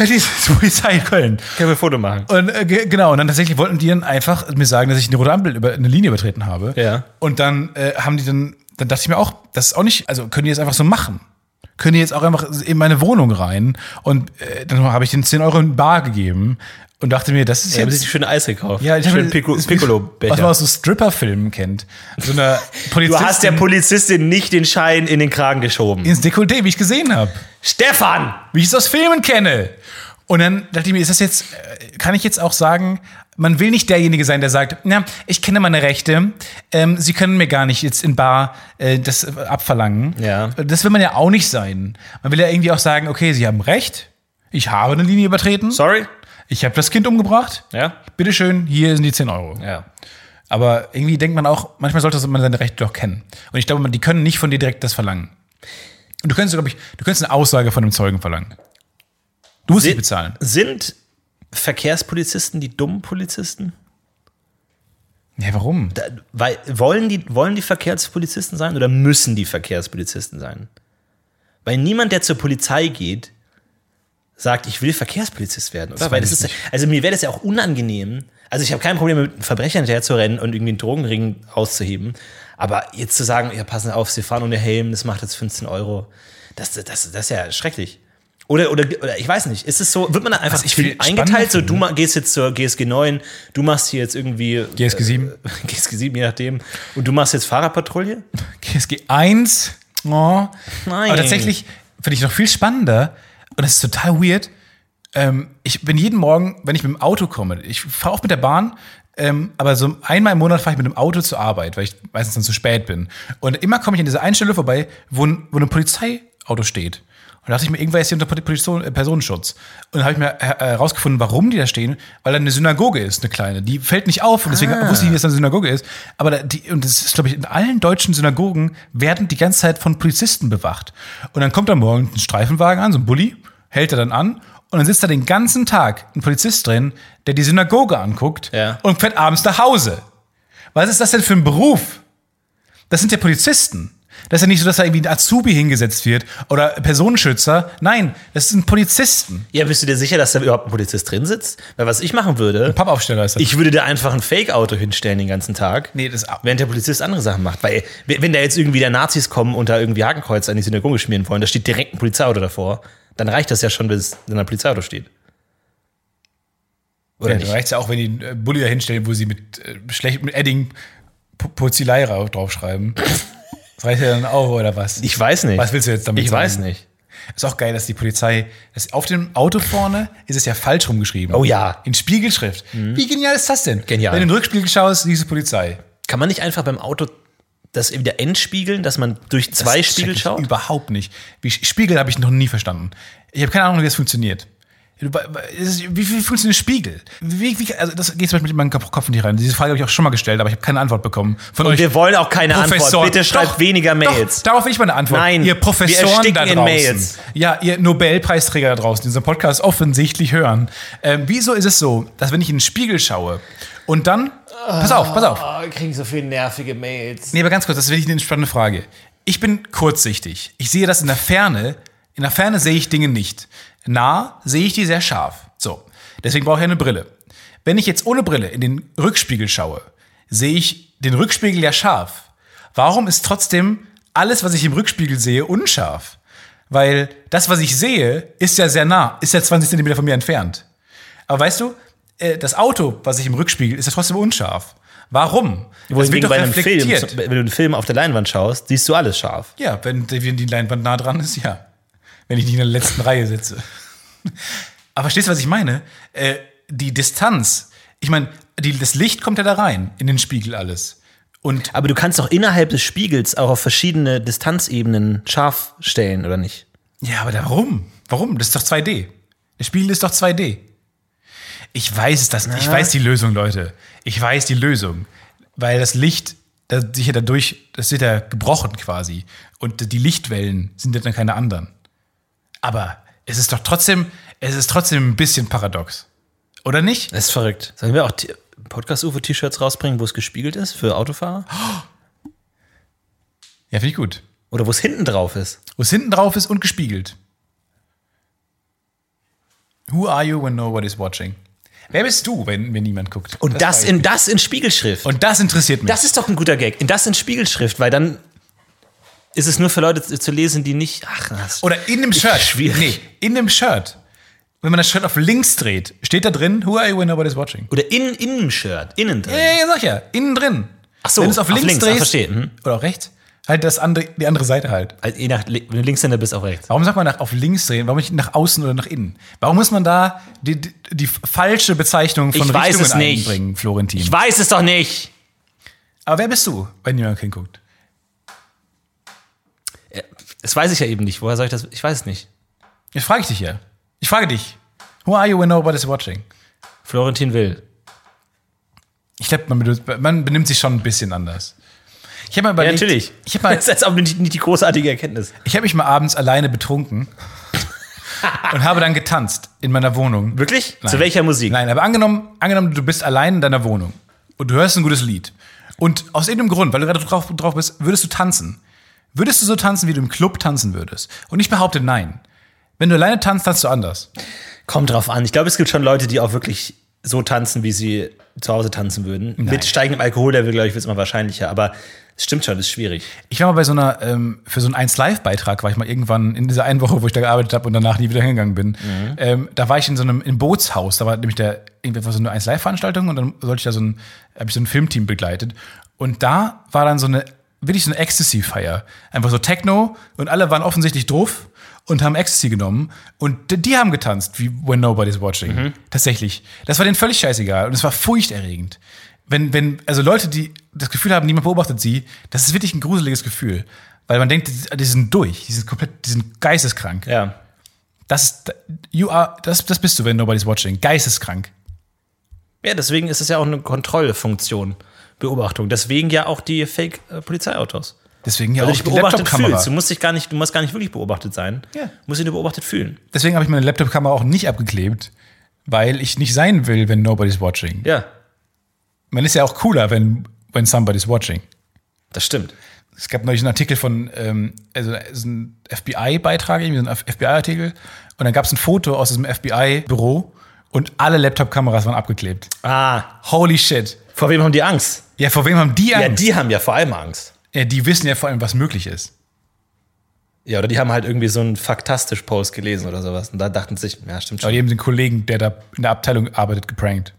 S1: diese Polizei in Köln.
S2: Können wir ein Foto machen?
S1: Und äh, ge- genau, und dann tatsächlich wollten die dann einfach mir sagen, dass ich eine rote Ampel über eine Linie übertreten habe.
S2: Ja.
S1: Und dann äh, haben die dann, dann dachte ich mir auch, das ist auch nicht, also können die jetzt einfach so machen. Können die jetzt auch einfach in meine Wohnung rein? Und äh, dann habe ich den 10 Euro in Bar gegeben und dachte mir, das ist
S2: Ich habe
S1: jetzt.
S2: sich schön Eis gekauft.
S1: Ja, ich habe
S2: schön Pico,
S1: Was man
S2: Piccolo-Becher.
S1: aus so Stripper-Filmen kennt. So eine
S2: Du hast der
S1: Polizistin
S2: Polizistin nicht den Schein in den Kragen geschoben.
S1: ins Dekolleté, wie ich gesehen habe.
S2: Stefan!
S1: wie ich es aus Filmen kenne. Und dann dachte ich mir, ist das jetzt, äh, kann ich jetzt auch sagen, man will nicht derjenige sein, der sagt, na, ich kenne meine Rechte, ähm, sie können mir gar nicht jetzt in Bar äh, das äh, abverlangen.
S2: Ja.
S1: Das will man ja auch nicht sein. Man will ja irgendwie auch sagen, okay, sie haben Recht, ich habe eine Linie übertreten,
S2: Sorry?
S1: ich habe das Kind umgebracht,
S2: Ja?
S1: bitteschön, hier sind die 10 Euro.
S2: Ja.
S1: Aber irgendwie denkt man auch, manchmal sollte man seine Rechte doch kennen. Und ich glaube, man- die können nicht von dir direkt das verlangen. Und du könntest, glaube ich, du könntest eine Aussage von einem Zeugen verlangen. Du musst nicht bezahlen.
S2: Sind Verkehrspolizisten die dummen Polizisten?
S1: Ja, warum?
S2: Da, weil, wollen, die, wollen die Verkehrspolizisten sein oder müssen die Verkehrspolizisten sein? Weil niemand, der zur Polizei geht, sagt, ich will Verkehrspolizist werden. Oder?
S1: Das
S2: Weil
S1: weiß
S2: das
S1: ich
S2: ist, also mir wäre das ja auch unangenehm. Also ich habe kein Problem mit Verbrechern hinterherzurennen und irgendwie einen Drogenring auszuheben. Aber jetzt zu sagen, ja, passen Sie auf, Sie fahren ohne Helm, das macht jetzt 15 Euro. Das, das, das ist ja schrecklich. Oder, oder, oder ich weiß nicht, ist es so, wird man dann einfach
S1: Was ich
S2: irgendwie
S1: Also viel spannender
S2: eingeteilt, so
S1: finde-
S2: du ma- gehst jetzt zur GSG 9, du machst hier jetzt irgendwie
S1: GSG 7.
S2: GSG 7, je nachdem, und du machst jetzt Fahrradpatrouille?
S1: GSG 1. Oh.
S2: Nein.
S1: Aber tatsächlich finde ich noch viel spannender, und das ist total weird. Ähm, ich bin jeden Morgen, wenn ich mit dem Auto komme, ich fahre auch mit der Bahn, ähm, aber so einmal im Monat fahre ich mit dem Auto zur Arbeit, weil ich meistens dann zu spät bin. Und immer komme ich an dieser einen Stelle vorbei, wo, ein- wo ein Polizeiauto steht. Und da dachte ich mir, irgendwer ist hier unter Poli- Polizei- äh, Personenschutz. Und dann habe ich mir herausgefunden, warum die da stehen, weil da eine Synagoge ist, eine kleine. Die fällt nicht auf und deswegen wusste ich nicht, dass da eine Synagoge ist. Aber da, die, und das ist, glaube ich, in allen deutschen Synagogen werden die ganze Zeit von Polizisten bewacht. Und dann kommt da morgens ein Streifenwagen an, so ein Bulli, hält er dann an und dann sitzt da den ganzen Tag ein Polizist drin, der die Synagoge anguckt
S2: Ja.
S1: und fährt abends nach Hause. Was ist das denn für ein Beruf? Das sind ja Polizisten. Das ist ja nicht so, dass da irgendwie ein Azubi hingesetzt wird oder Personenschützer. Nein, das sind Polizisten.
S2: Ja, bist du dir sicher, dass da überhaupt ein Polizist drin sitzt? Weil was ich machen würde,
S1: Pappaufsteller ist das.
S2: ich würde da einfach ein Fake-Auto hinstellen den ganzen Tag.
S1: nee, das ab.
S2: Während der Polizist andere Sachen macht. Weil, wenn da jetzt irgendwie der Nazis kommen und da irgendwie Hakenkreuz an die Synagoge schmieren wollen, da steht direkt ein Polizeiauto davor, dann reicht das ja schon, bis dann ein Polizeiauto steht. Oder
S1: Ja,
S2: nicht?
S1: da reicht ja auch, wenn die äh, Bulli da hinstellen, wo sie mit äh, schlechtem Edding P- Pozilei ra- draufschreiben. Das reicht ja dann auch, oder was?
S2: Ich weiß nicht.
S1: Was willst du jetzt damit
S2: Ich
S1: sagen?
S2: weiß nicht.
S1: Ist auch geil, dass die Polizei, dass auf dem Auto vorne ist es ja falsch rumgeschrieben.
S2: Oh ja. Mhm.
S1: In Spiegelschrift. Wie genial ist das denn?
S2: Genial.
S1: Wenn du in den Rückspiegel schaust, siehst du Polizei.
S2: Kann man nicht einfach beim Auto das wieder entspiegeln, dass man durch zwei
S1: Das check
S2: Spiegel
S1: ich
S2: schaut?
S1: Überhaupt nicht. Wie, Spiegel habe ich noch nie verstanden. Ich habe keine Ahnung, wie das funktioniert. Du- es ist- Wie, wie funktioniert Spiegel? Wie, wie, also das geht zum Beispiel in meinen Kopf Kopf nicht rein. Diese Frage habe ich auch schon mal gestellt, aber ich habe keine Antwort bekommen. Von euch
S2: Wir wollen auch keine
S1: Professoren.
S2: Antwort. Bitte schreibt
S1: Doch,
S2: weniger Mails.
S1: Doch, darauf will ich mal eine Antwort.
S2: Nein,
S1: ihr
S2: wir
S1: Professoren
S2: ersticken
S1: da
S2: in
S1: draußen.
S2: Mails.
S1: Ja, ihr Nobelpreisträger da draußen, die unseren Podcast offensichtlich hören. Ähm, wieso ist es so, dass wenn ich in den Spiegel schaue und dann. Pass auf, pass auf.
S2: Oh, kriegen so viele nervige Mails.
S1: Nee, aber ganz kurz, das ist wirklich eine spannende Frage. Ich bin kurzsichtig. Ich sehe das in der Ferne. In der Ferne sehe ich Dinge nicht. Nah sehe ich die sehr scharf. So. Deswegen brauche ich eine Brille. Wenn ich jetzt ohne Brille in den Rückspiegel schaue, sehe ich den Rückspiegel ja scharf. Warum ist trotzdem alles, was ich im Rückspiegel sehe, unscharf? Weil das, was ich sehe, ist ja sehr nah, ist ja 20 Zentimeter von mir entfernt. Aber weißt du, äh, das Auto, was ich im Rückspiegel, ist ja trotzdem unscharf. Warum? Das
S2: Wohingegen bei einem Film, wenn du einen Film auf der Leinwand schaust, siehst du alles scharf.
S1: Ja, wenn die, wenn die Leinwand nah dran ist, ja. Wenn ich nicht in der letzten Reihe sitze. Aber verstehst du, was ich meine? Äh, die Distanz. Ich meine, die, das Licht kommt ja da rein, in den Spiegel alles. Und
S2: Aber du kannst doch innerhalb des Spiegels auch auf verschiedene Distanzebenen scharf stellen, oder nicht?
S1: ja, aber warum? Warum? Das ist doch 2D. Der Spiegel ist doch 2D. Ich weiß es das nicht. Ich weiß die Lösung, Leute. Ich weiß die Lösung. Weil das Licht das sich ja dadurch, das wird ja gebrochen quasi. Und die Lichtwellen sind ja dann keine anderen. Aber es ist doch trotzdem, es ist trotzdem ein bisschen paradox. Oder nicht?
S2: Das ist verrückt. Sollen wir auch T- Podcast-UFO-T-Shirts rausbringen, wo es gespiegelt ist für Autofahrer?
S1: Ja, finde ich gut.
S2: Oder wo es hinten drauf ist?
S1: Wo es hinten drauf ist und gespiegelt. Who are you when nobody's watching? Wer bist du, wenn, wenn niemand guckt?
S2: Und das,
S1: weiß ich.
S2: in, das in Spiegelschrift.
S1: und das interessiert mich.
S2: Das ist doch ein guter Gag. In das in Spiegelschrift, weil dann ist es nur für Leute zu zu lesen, die nicht. Ach, das
S1: Oder in dem Shirt.
S2: schwierig.
S1: Nee, in dem Shirt. Wenn man das Shirt auf links dreht, steht da drin, who are you when nobody's watching?
S2: Oder in, in dem Shirt, innen drin.
S1: Ja, ja, ja, sag ja. Innen drin.
S2: Ach so,
S1: Wenn du es auf
S2: auf
S1: links,
S2: links, ah,
S1: drehst.
S2: verstehe, mhm.
S1: Oder auch rechts. Halt das andere, die andere Seite halt.
S2: Also, je nach, wenn du Linkshänder bist, auch rechts.
S1: Warum sagt man nach auf links drehen? Warum nicht nach außen oder nach innen? Warum muss man da die, die, die falsche Bezeichnung von
S2: Ich weiß
S1: Richtungen
S2: es nicht.
S1: einbringen, Florentin?
S2: Ich weiß es doch nicht.
S1: Aber wer bist du, wenn jemand hinguckt?
S2: Das weiß ich ja eben nicht. Woher soll ich das? Ich weiß es nicht.
S1: Jetzt frage ich dich ja. Ich frage dich. Who are you when nobody's watching?
S2: Florentin Will.
S1: Ich glaube, man, benutzt- man benimmt sich schon ein bisschen anders. Ich habe mal überlegt, Ich habe mal,
S2: das ist auch nicht, nicht die großartige Erkenntnis.
S1: Ich habe mich mal abends alleine betrunken und habe dann getanzt in meiner Wohnung.
S2: Wirklich?
S1: Nein.
S2: Zu welcher Musik?
S1: Nein, aber angenommen, angenommen, du bist allein in deiner Wohnung. und du hörst ein gutes Lied. Und aus irgendeinem Grund, weil du gerade drauf, drauf bist, würdest du tanzen. Würdest du so tanzen, wie du im Club tanzen würdest? Und ich behaupte, nein. Wenn du alleine tanzt, tanzt du anders.
S2: Kommt drauf an. Ich glaube, es gibt schon Leute, die auch wirklich so tanzen, wie sie zu Hause tanzen würden. Mit steigendem Alkohollevel, glaube ich, wird es immer wahrscheinlicher. Aber es stimmt schon, ist schwierig.
S1: Ich war mal bei so einer, ähm, für so einen 1Live-Beitrag war ich mal irgendwann in dieser einen Woche, wo ich da gearbeitet habe und danach nie wieder hingegangen bin. Ähm, da war ich in so einem im Bootshaus, da war nämlich der, irgendwie war so eine 1Live-Veranstaltung und dann sollte ich da so ein, habe ich so ein Filmteam begleitet. Und da war dann so eine, wirklich so eine Ecstasy-Feier. Einfach so Techno und alle waren offensichtlich drauf und haben Ecstasy genommen und die, die haben getanzt, wie When Nobody's Watching.
S2: Mhm.
S1: Tatsächlich. Das war denen völlig scheißegal und es war furchterregend wenn, wenn, also Leute, die das Gefühl haben, niemand beobachtet sie, das ist wirklich ein gruseliges Gefühl. Weil man denkt, die, die sind durch, die sind komplett, die sind geisteskrank.
S2: Ja.
S1: Das ist, you are, das, das bist du, wenn nobody's watching. Geisteskrank.
S2: Ja, deswegen ist es ja auch eine Kontrollfunktion, Beobachtung. Deswegen ja auch die äh, Fake-Polizeiautos.
S1: Deswegen ja auch
S2: Weil du dich
S1: die
S2: Also beobachtet
S1: Laptop-Kamera.
S2: fühlst. Du musst dich gar nicht, du musst gar nicht wirklich beobachtet sein.
S1: Ja.
S2: Musst dich nur beobachtet fühlen.
S1: Deswegen habe ich meine Laptop-Kamera auch nicht abgeklebt, weil ich nicht sein will, wenn nobody's watching.
S2: Ja,
S1: Man ist ja auch cooler, wenn, when somebody's watching.
S2: das stimmt.
S1: es gab neulich einen Artikel von, ähm, also so ein FBI-Beitrag, irgendwie so ein FBI-Artikel. Und dann gab es ein Foto aus diesem FBI-Büro und alle Laptop-Kameras waren abgeklebt.
S2: Ah,
S1: Holy shit.
S2: vor wem haben die Angst?
S1: Ja, vor wem haben die
S2: Ja,
S1: Angst?
S2: die haben ja vor allem Angst.
S1: Ja, die wissen ja vor allem, was möglich ist.
S2: Ja, oder die haben halt irgendwie so einen faktastisch Post gelesen oder sowas. Und da dachten sie sich, ja, stimmt
S1: Aber
S2: schon.
S1: die haben den Kollegen, der da in der Abteilung arbeitet, geprankt.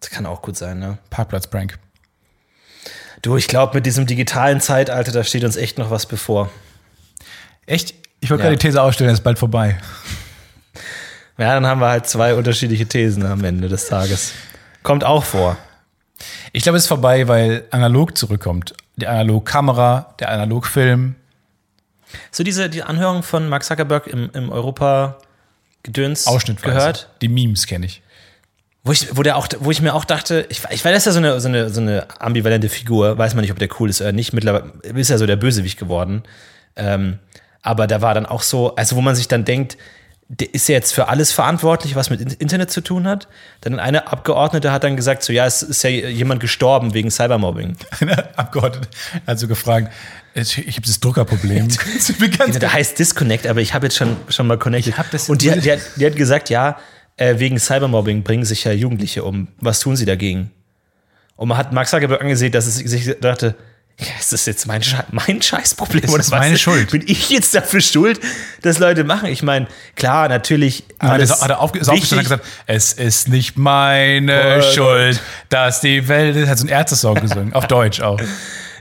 S2: Das kann auch gut sein, ne?
S1: Parkplatz-Prank.
S2: Du, ich glaube, mit diesem digitalen Zeitalter, da steht uns echt noch was bevor.
S1: Echt? Ich wollte
S2: Ja.
S1: gerade die These ausstellen, das ist bald vorbei.
S2: Ja, dann haben wir halt zwei unterschiedliche Thesen am Ende des Tages. Kommt auch vor.
S1: Ich glaube, es ist vorbei, weil analog zurückkommt. Die Analog-Kamera, der Analog-Film.
S2: So diese die Anhörung von Mark Zuckerberg im, im Europa Gedöns
S1: Ausschnittweise.
S2: gehört,
S1: Die Memes kenne ich.
S2: wo ich wo der auch wo ich mir auch dachte, ich, ich weil das ist ja so eine so eine so eine ambivalente Figur, weiß man nicht, ob der cool ist oder nicht. Mittlerweile ist er so der Bösewicht geworden. Ähm, aber da war dann auch so, also wo man sich dann denkt, der ist ja jetzt für alles verantwortlich, was mit In- Internet zu tun hat. Dann eine Abgeordnete hat dann gesagt, so ja, es ist ja jemand gestorben wegen Cybermobbing.
S1: Eine Abgeordnete hat so gefragt, ich ich habe dieses Druckerproblem. Ich bin ganz-
S2: Da Also heißt Disconnect, aber ich habe jetzt schon, schon mal connected.
S1: Ich hab das-
S2: und die, hat- die, hat, die hat gesagt, ja, äh, wegen Cybermobbing bringen sich ja Jugendliche um. Was tun sie dagegen? Und man hat Mark Zuckerberg angesehen, dass es sich dachte, ja, ist das jetzt mein, Sche mein Scheißproblem?
S1: Ist
S2: oder
S1: das
S2: was?
S1: meine Schuld?
S2: Bin ich jetzt dafür schuld, dass Leute machen? Ich meine, klar, natürlich.
S1: Nein,
S2: alles
S1: das hat er aufge ist
S2: wichtig.
S1: aufgestanden und hat gesagt, es ist nicht meine
S2: Äh,
S1: Schuld, dass die Welt ist. Hat so einen Ärzte-Song gesungen, auf Deutsch auch.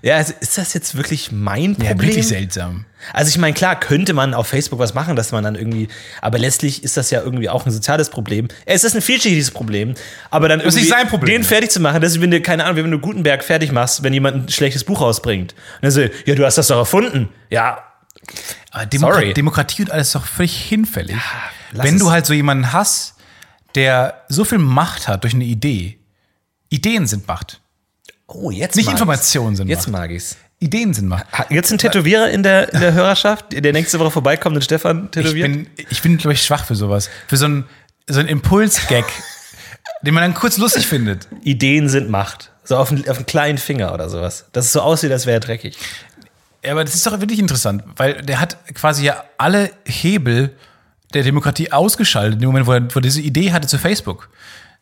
S2: Ja, also ist das jetzt wirklich mein
S1: Ja,
S2: Problem?
S1: wirklich seltsam.
S2: Also ich meine, klar könnte man auf Facebook was machen, dass man dann irgendwie, aber letztlich ist das ja irgendwie auch ein soziales Problem. Es ist ein vielschichtiges Problem, aber dann irgendwie
S1: ist nicht sein Problem.
S2: den fertig zu machen, das ist, wenn du, keine Ahnung, wenn du Gutenberg fertig machst, wenn jemand ein schlechtes Buch rausbringt. Und dann so, ja, du hast das doch erfunden. Ja,
S1: Aber Demokra
S2: Sorry.
S1: Demokratie und alles ist doch völlig hinfällig.
S2: lass
S1: Wenn du
S2: es.
S1: halt so jemanden hast, der so viel Macht hat durch eine Idee. Ideen sind Macht.
S2: oh, jetzt
S1: Nicht
S2: mag ich's.
S1: Informationen sind
S2: Jetzt
S1: Macht.
S2: mag ich's.
S1: Ideen sind Macht.
S2: Ha- Jetzt ein Tätowierer in der, in der Hörerschaft, der nächste Woche vorbeikommt und Stefan
S1: Ich
S2: tätowiert?
S1: bin, ich bin, glaube ich, schwach für sowas. Für so einen, so einen Impuls-Gag, den man dann kurz lustig findet.
S2: Ideen sind Macht. So auf einen, auf einen kleinen Finger oder sowas. Dass es so aussieht, als wäre er dreckig.
S1: Ja, aber das ist doch wirklich interessant, weil der hat quasi ja alle Hebel der Demokratie ausgeschaltet, in dem Moment, wo er, wo er diese Idee hatte zu Facebook.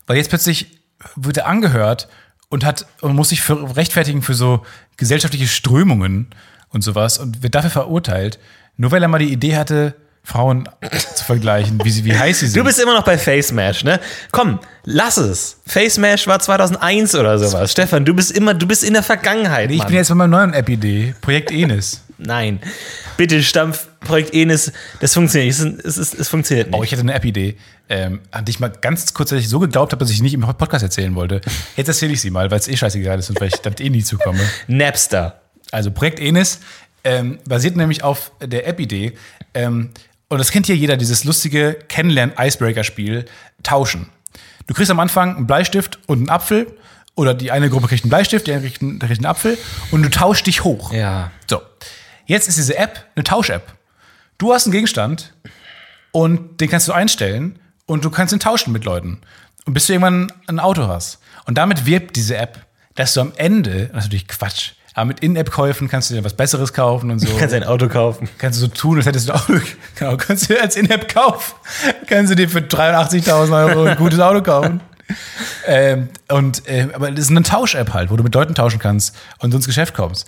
S1: Weil jetzt plötzlich wird er angehört und hat und muss sich für, rechtfertigen für so gesellschaftliche Strömungen und sowas und wird dafür verurteilt, nur weil er mal die Idee hatte, Frauen zu vergleichen, wie, sie, wie heiß sie sind.
S2: Du bist immer noch bei Face Mash, ne? Komm, lass es. Face Mash war 2001 oder sowas. Stefan, du bist immer, du bist in der Vergangenheit.
S1: ich
S2: Mann.
S1: bin jetzt bei meiner neuen App-Idee, Projekt Enis.
S2: Nein. Bitte, Stampf, Projekt Enes, das funktioniert nicht. Es, ist, es, ist, es funktioniert
S1: Oh,
S2: nicht.
S1: ich hatte eine App-Idee, ähm, an die ich mal ganz kurz dass ich so geglaubt habe, dass ich nicht im Podcast erzählen wollte. Jetzt erzähle ich sie mal, weil es eh scheißegal ist und weil ich damit eh nie zukomme.
S2: Napster.
S1: Also Projekt Enis ähm, basiert nämlich auf der App-Idee. Ähm, und das kennt hier jeder, dieses lustige Kennenlern-Icebreaker-Spiel Tauschen. Du kriegst am Anfang einen Bleistift und einen Apfel. Oder die eine Gruppe kriegt einen Bleistift, die andere kriegt einen, der kriegt einen Apfel. Und du tauschst dich hoch.
S2: Ja.
S1: So, jetzt ist diese App eine Tausch-App. Du hast einen Gegenstand und den kannst du einstellen und du kannst ihn tauschen mit Leuten. Und bis du irgendwann ein Auto hast. Und damit wirbt diese App, dass du am Ende, das ist natürlich Quatsch, aber mit In-App-Käufen kannst du dir was Besseres kaufen und so.
S2: Du kannst ein Auto kaufen.
S1: Kannst du so tun, als hättest du ein Auto. Genau, kannst du als In-App-Kauf, kannst du dir für 83.000 Euro ein gutes Auto kaufen. ähm, und, äh, aber das ist eine Tausch-App halt, wo du mit Leuten tauschen kannst und du ins Geschäft kommst.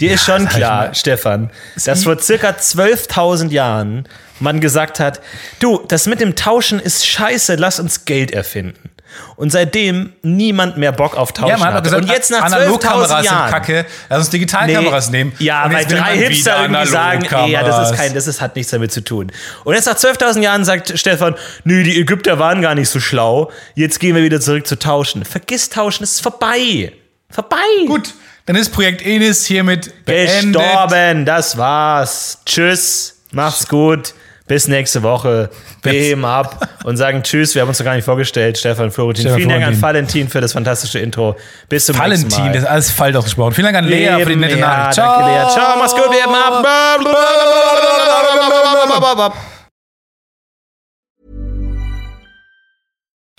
S2: Dir ist schon
S1: sag ich
S2: klar,
S1: mal.
S2: Stefan, dass
S1: wie-
S2: vor circa 12.000 Jahren man gesagt hat, du, das mit dem Tauschen ist scheiße, lass uns Geld erfinden. Und seitdem niemand mehr Bock auf Tauschen
S1: Ja, man hat
S2: hatte.
S1: doch gesagt,
S2: und jetzt nach 12.000
S1: Analogkameras sind
S2: Jahren.
S1: kacke, lass uns Digitalkameras
S2: Nee.
S1: nehmen.
S2: Äh, Ja,
S1: Und
S2: weil
S1: jetzt will
S2: drei
S1: man wieder
S2: Hipster irgendwie sagen, ey, ja, das ist
S1: Analogkameras.
S2: kein, das ist, hat nichts damit zu tun. Und jetzt nach 12.000 Jahren sagt Stefan, nö, die Ägypter waren gar nicht so schlau, jetzt gehen wir wieder zurück zu Tauschen. Vergiss Tauschen, es ist vorbei. Vorbei.
S1: Gut, dann ist Projekt Enis hiermit beendet.
S2: Gestorben, das war's. Tschüss, macht's gut. Bis nächste Woche. Wir heben ab und sagen Tschüss. Wir haben uns noch gar nicht vorgestellt. Stefan Florentin.
S1: Stefan
S2: Vielen Dank an
S1: Florentin.
S2: Valentin für das fantastische Intro. Bis zum nächsten
S1: Valentin,
S2: Mal.
S1: das ist alles falsch ausgesprochen. Vielen Dank an Lea für die nette
S2: Eben,
S1: Nachricht.
S2: ja, danke, Lea. Ciao, mach's gut, wir heben ab.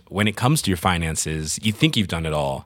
S3: When it comes to your finances, you think you've done it all.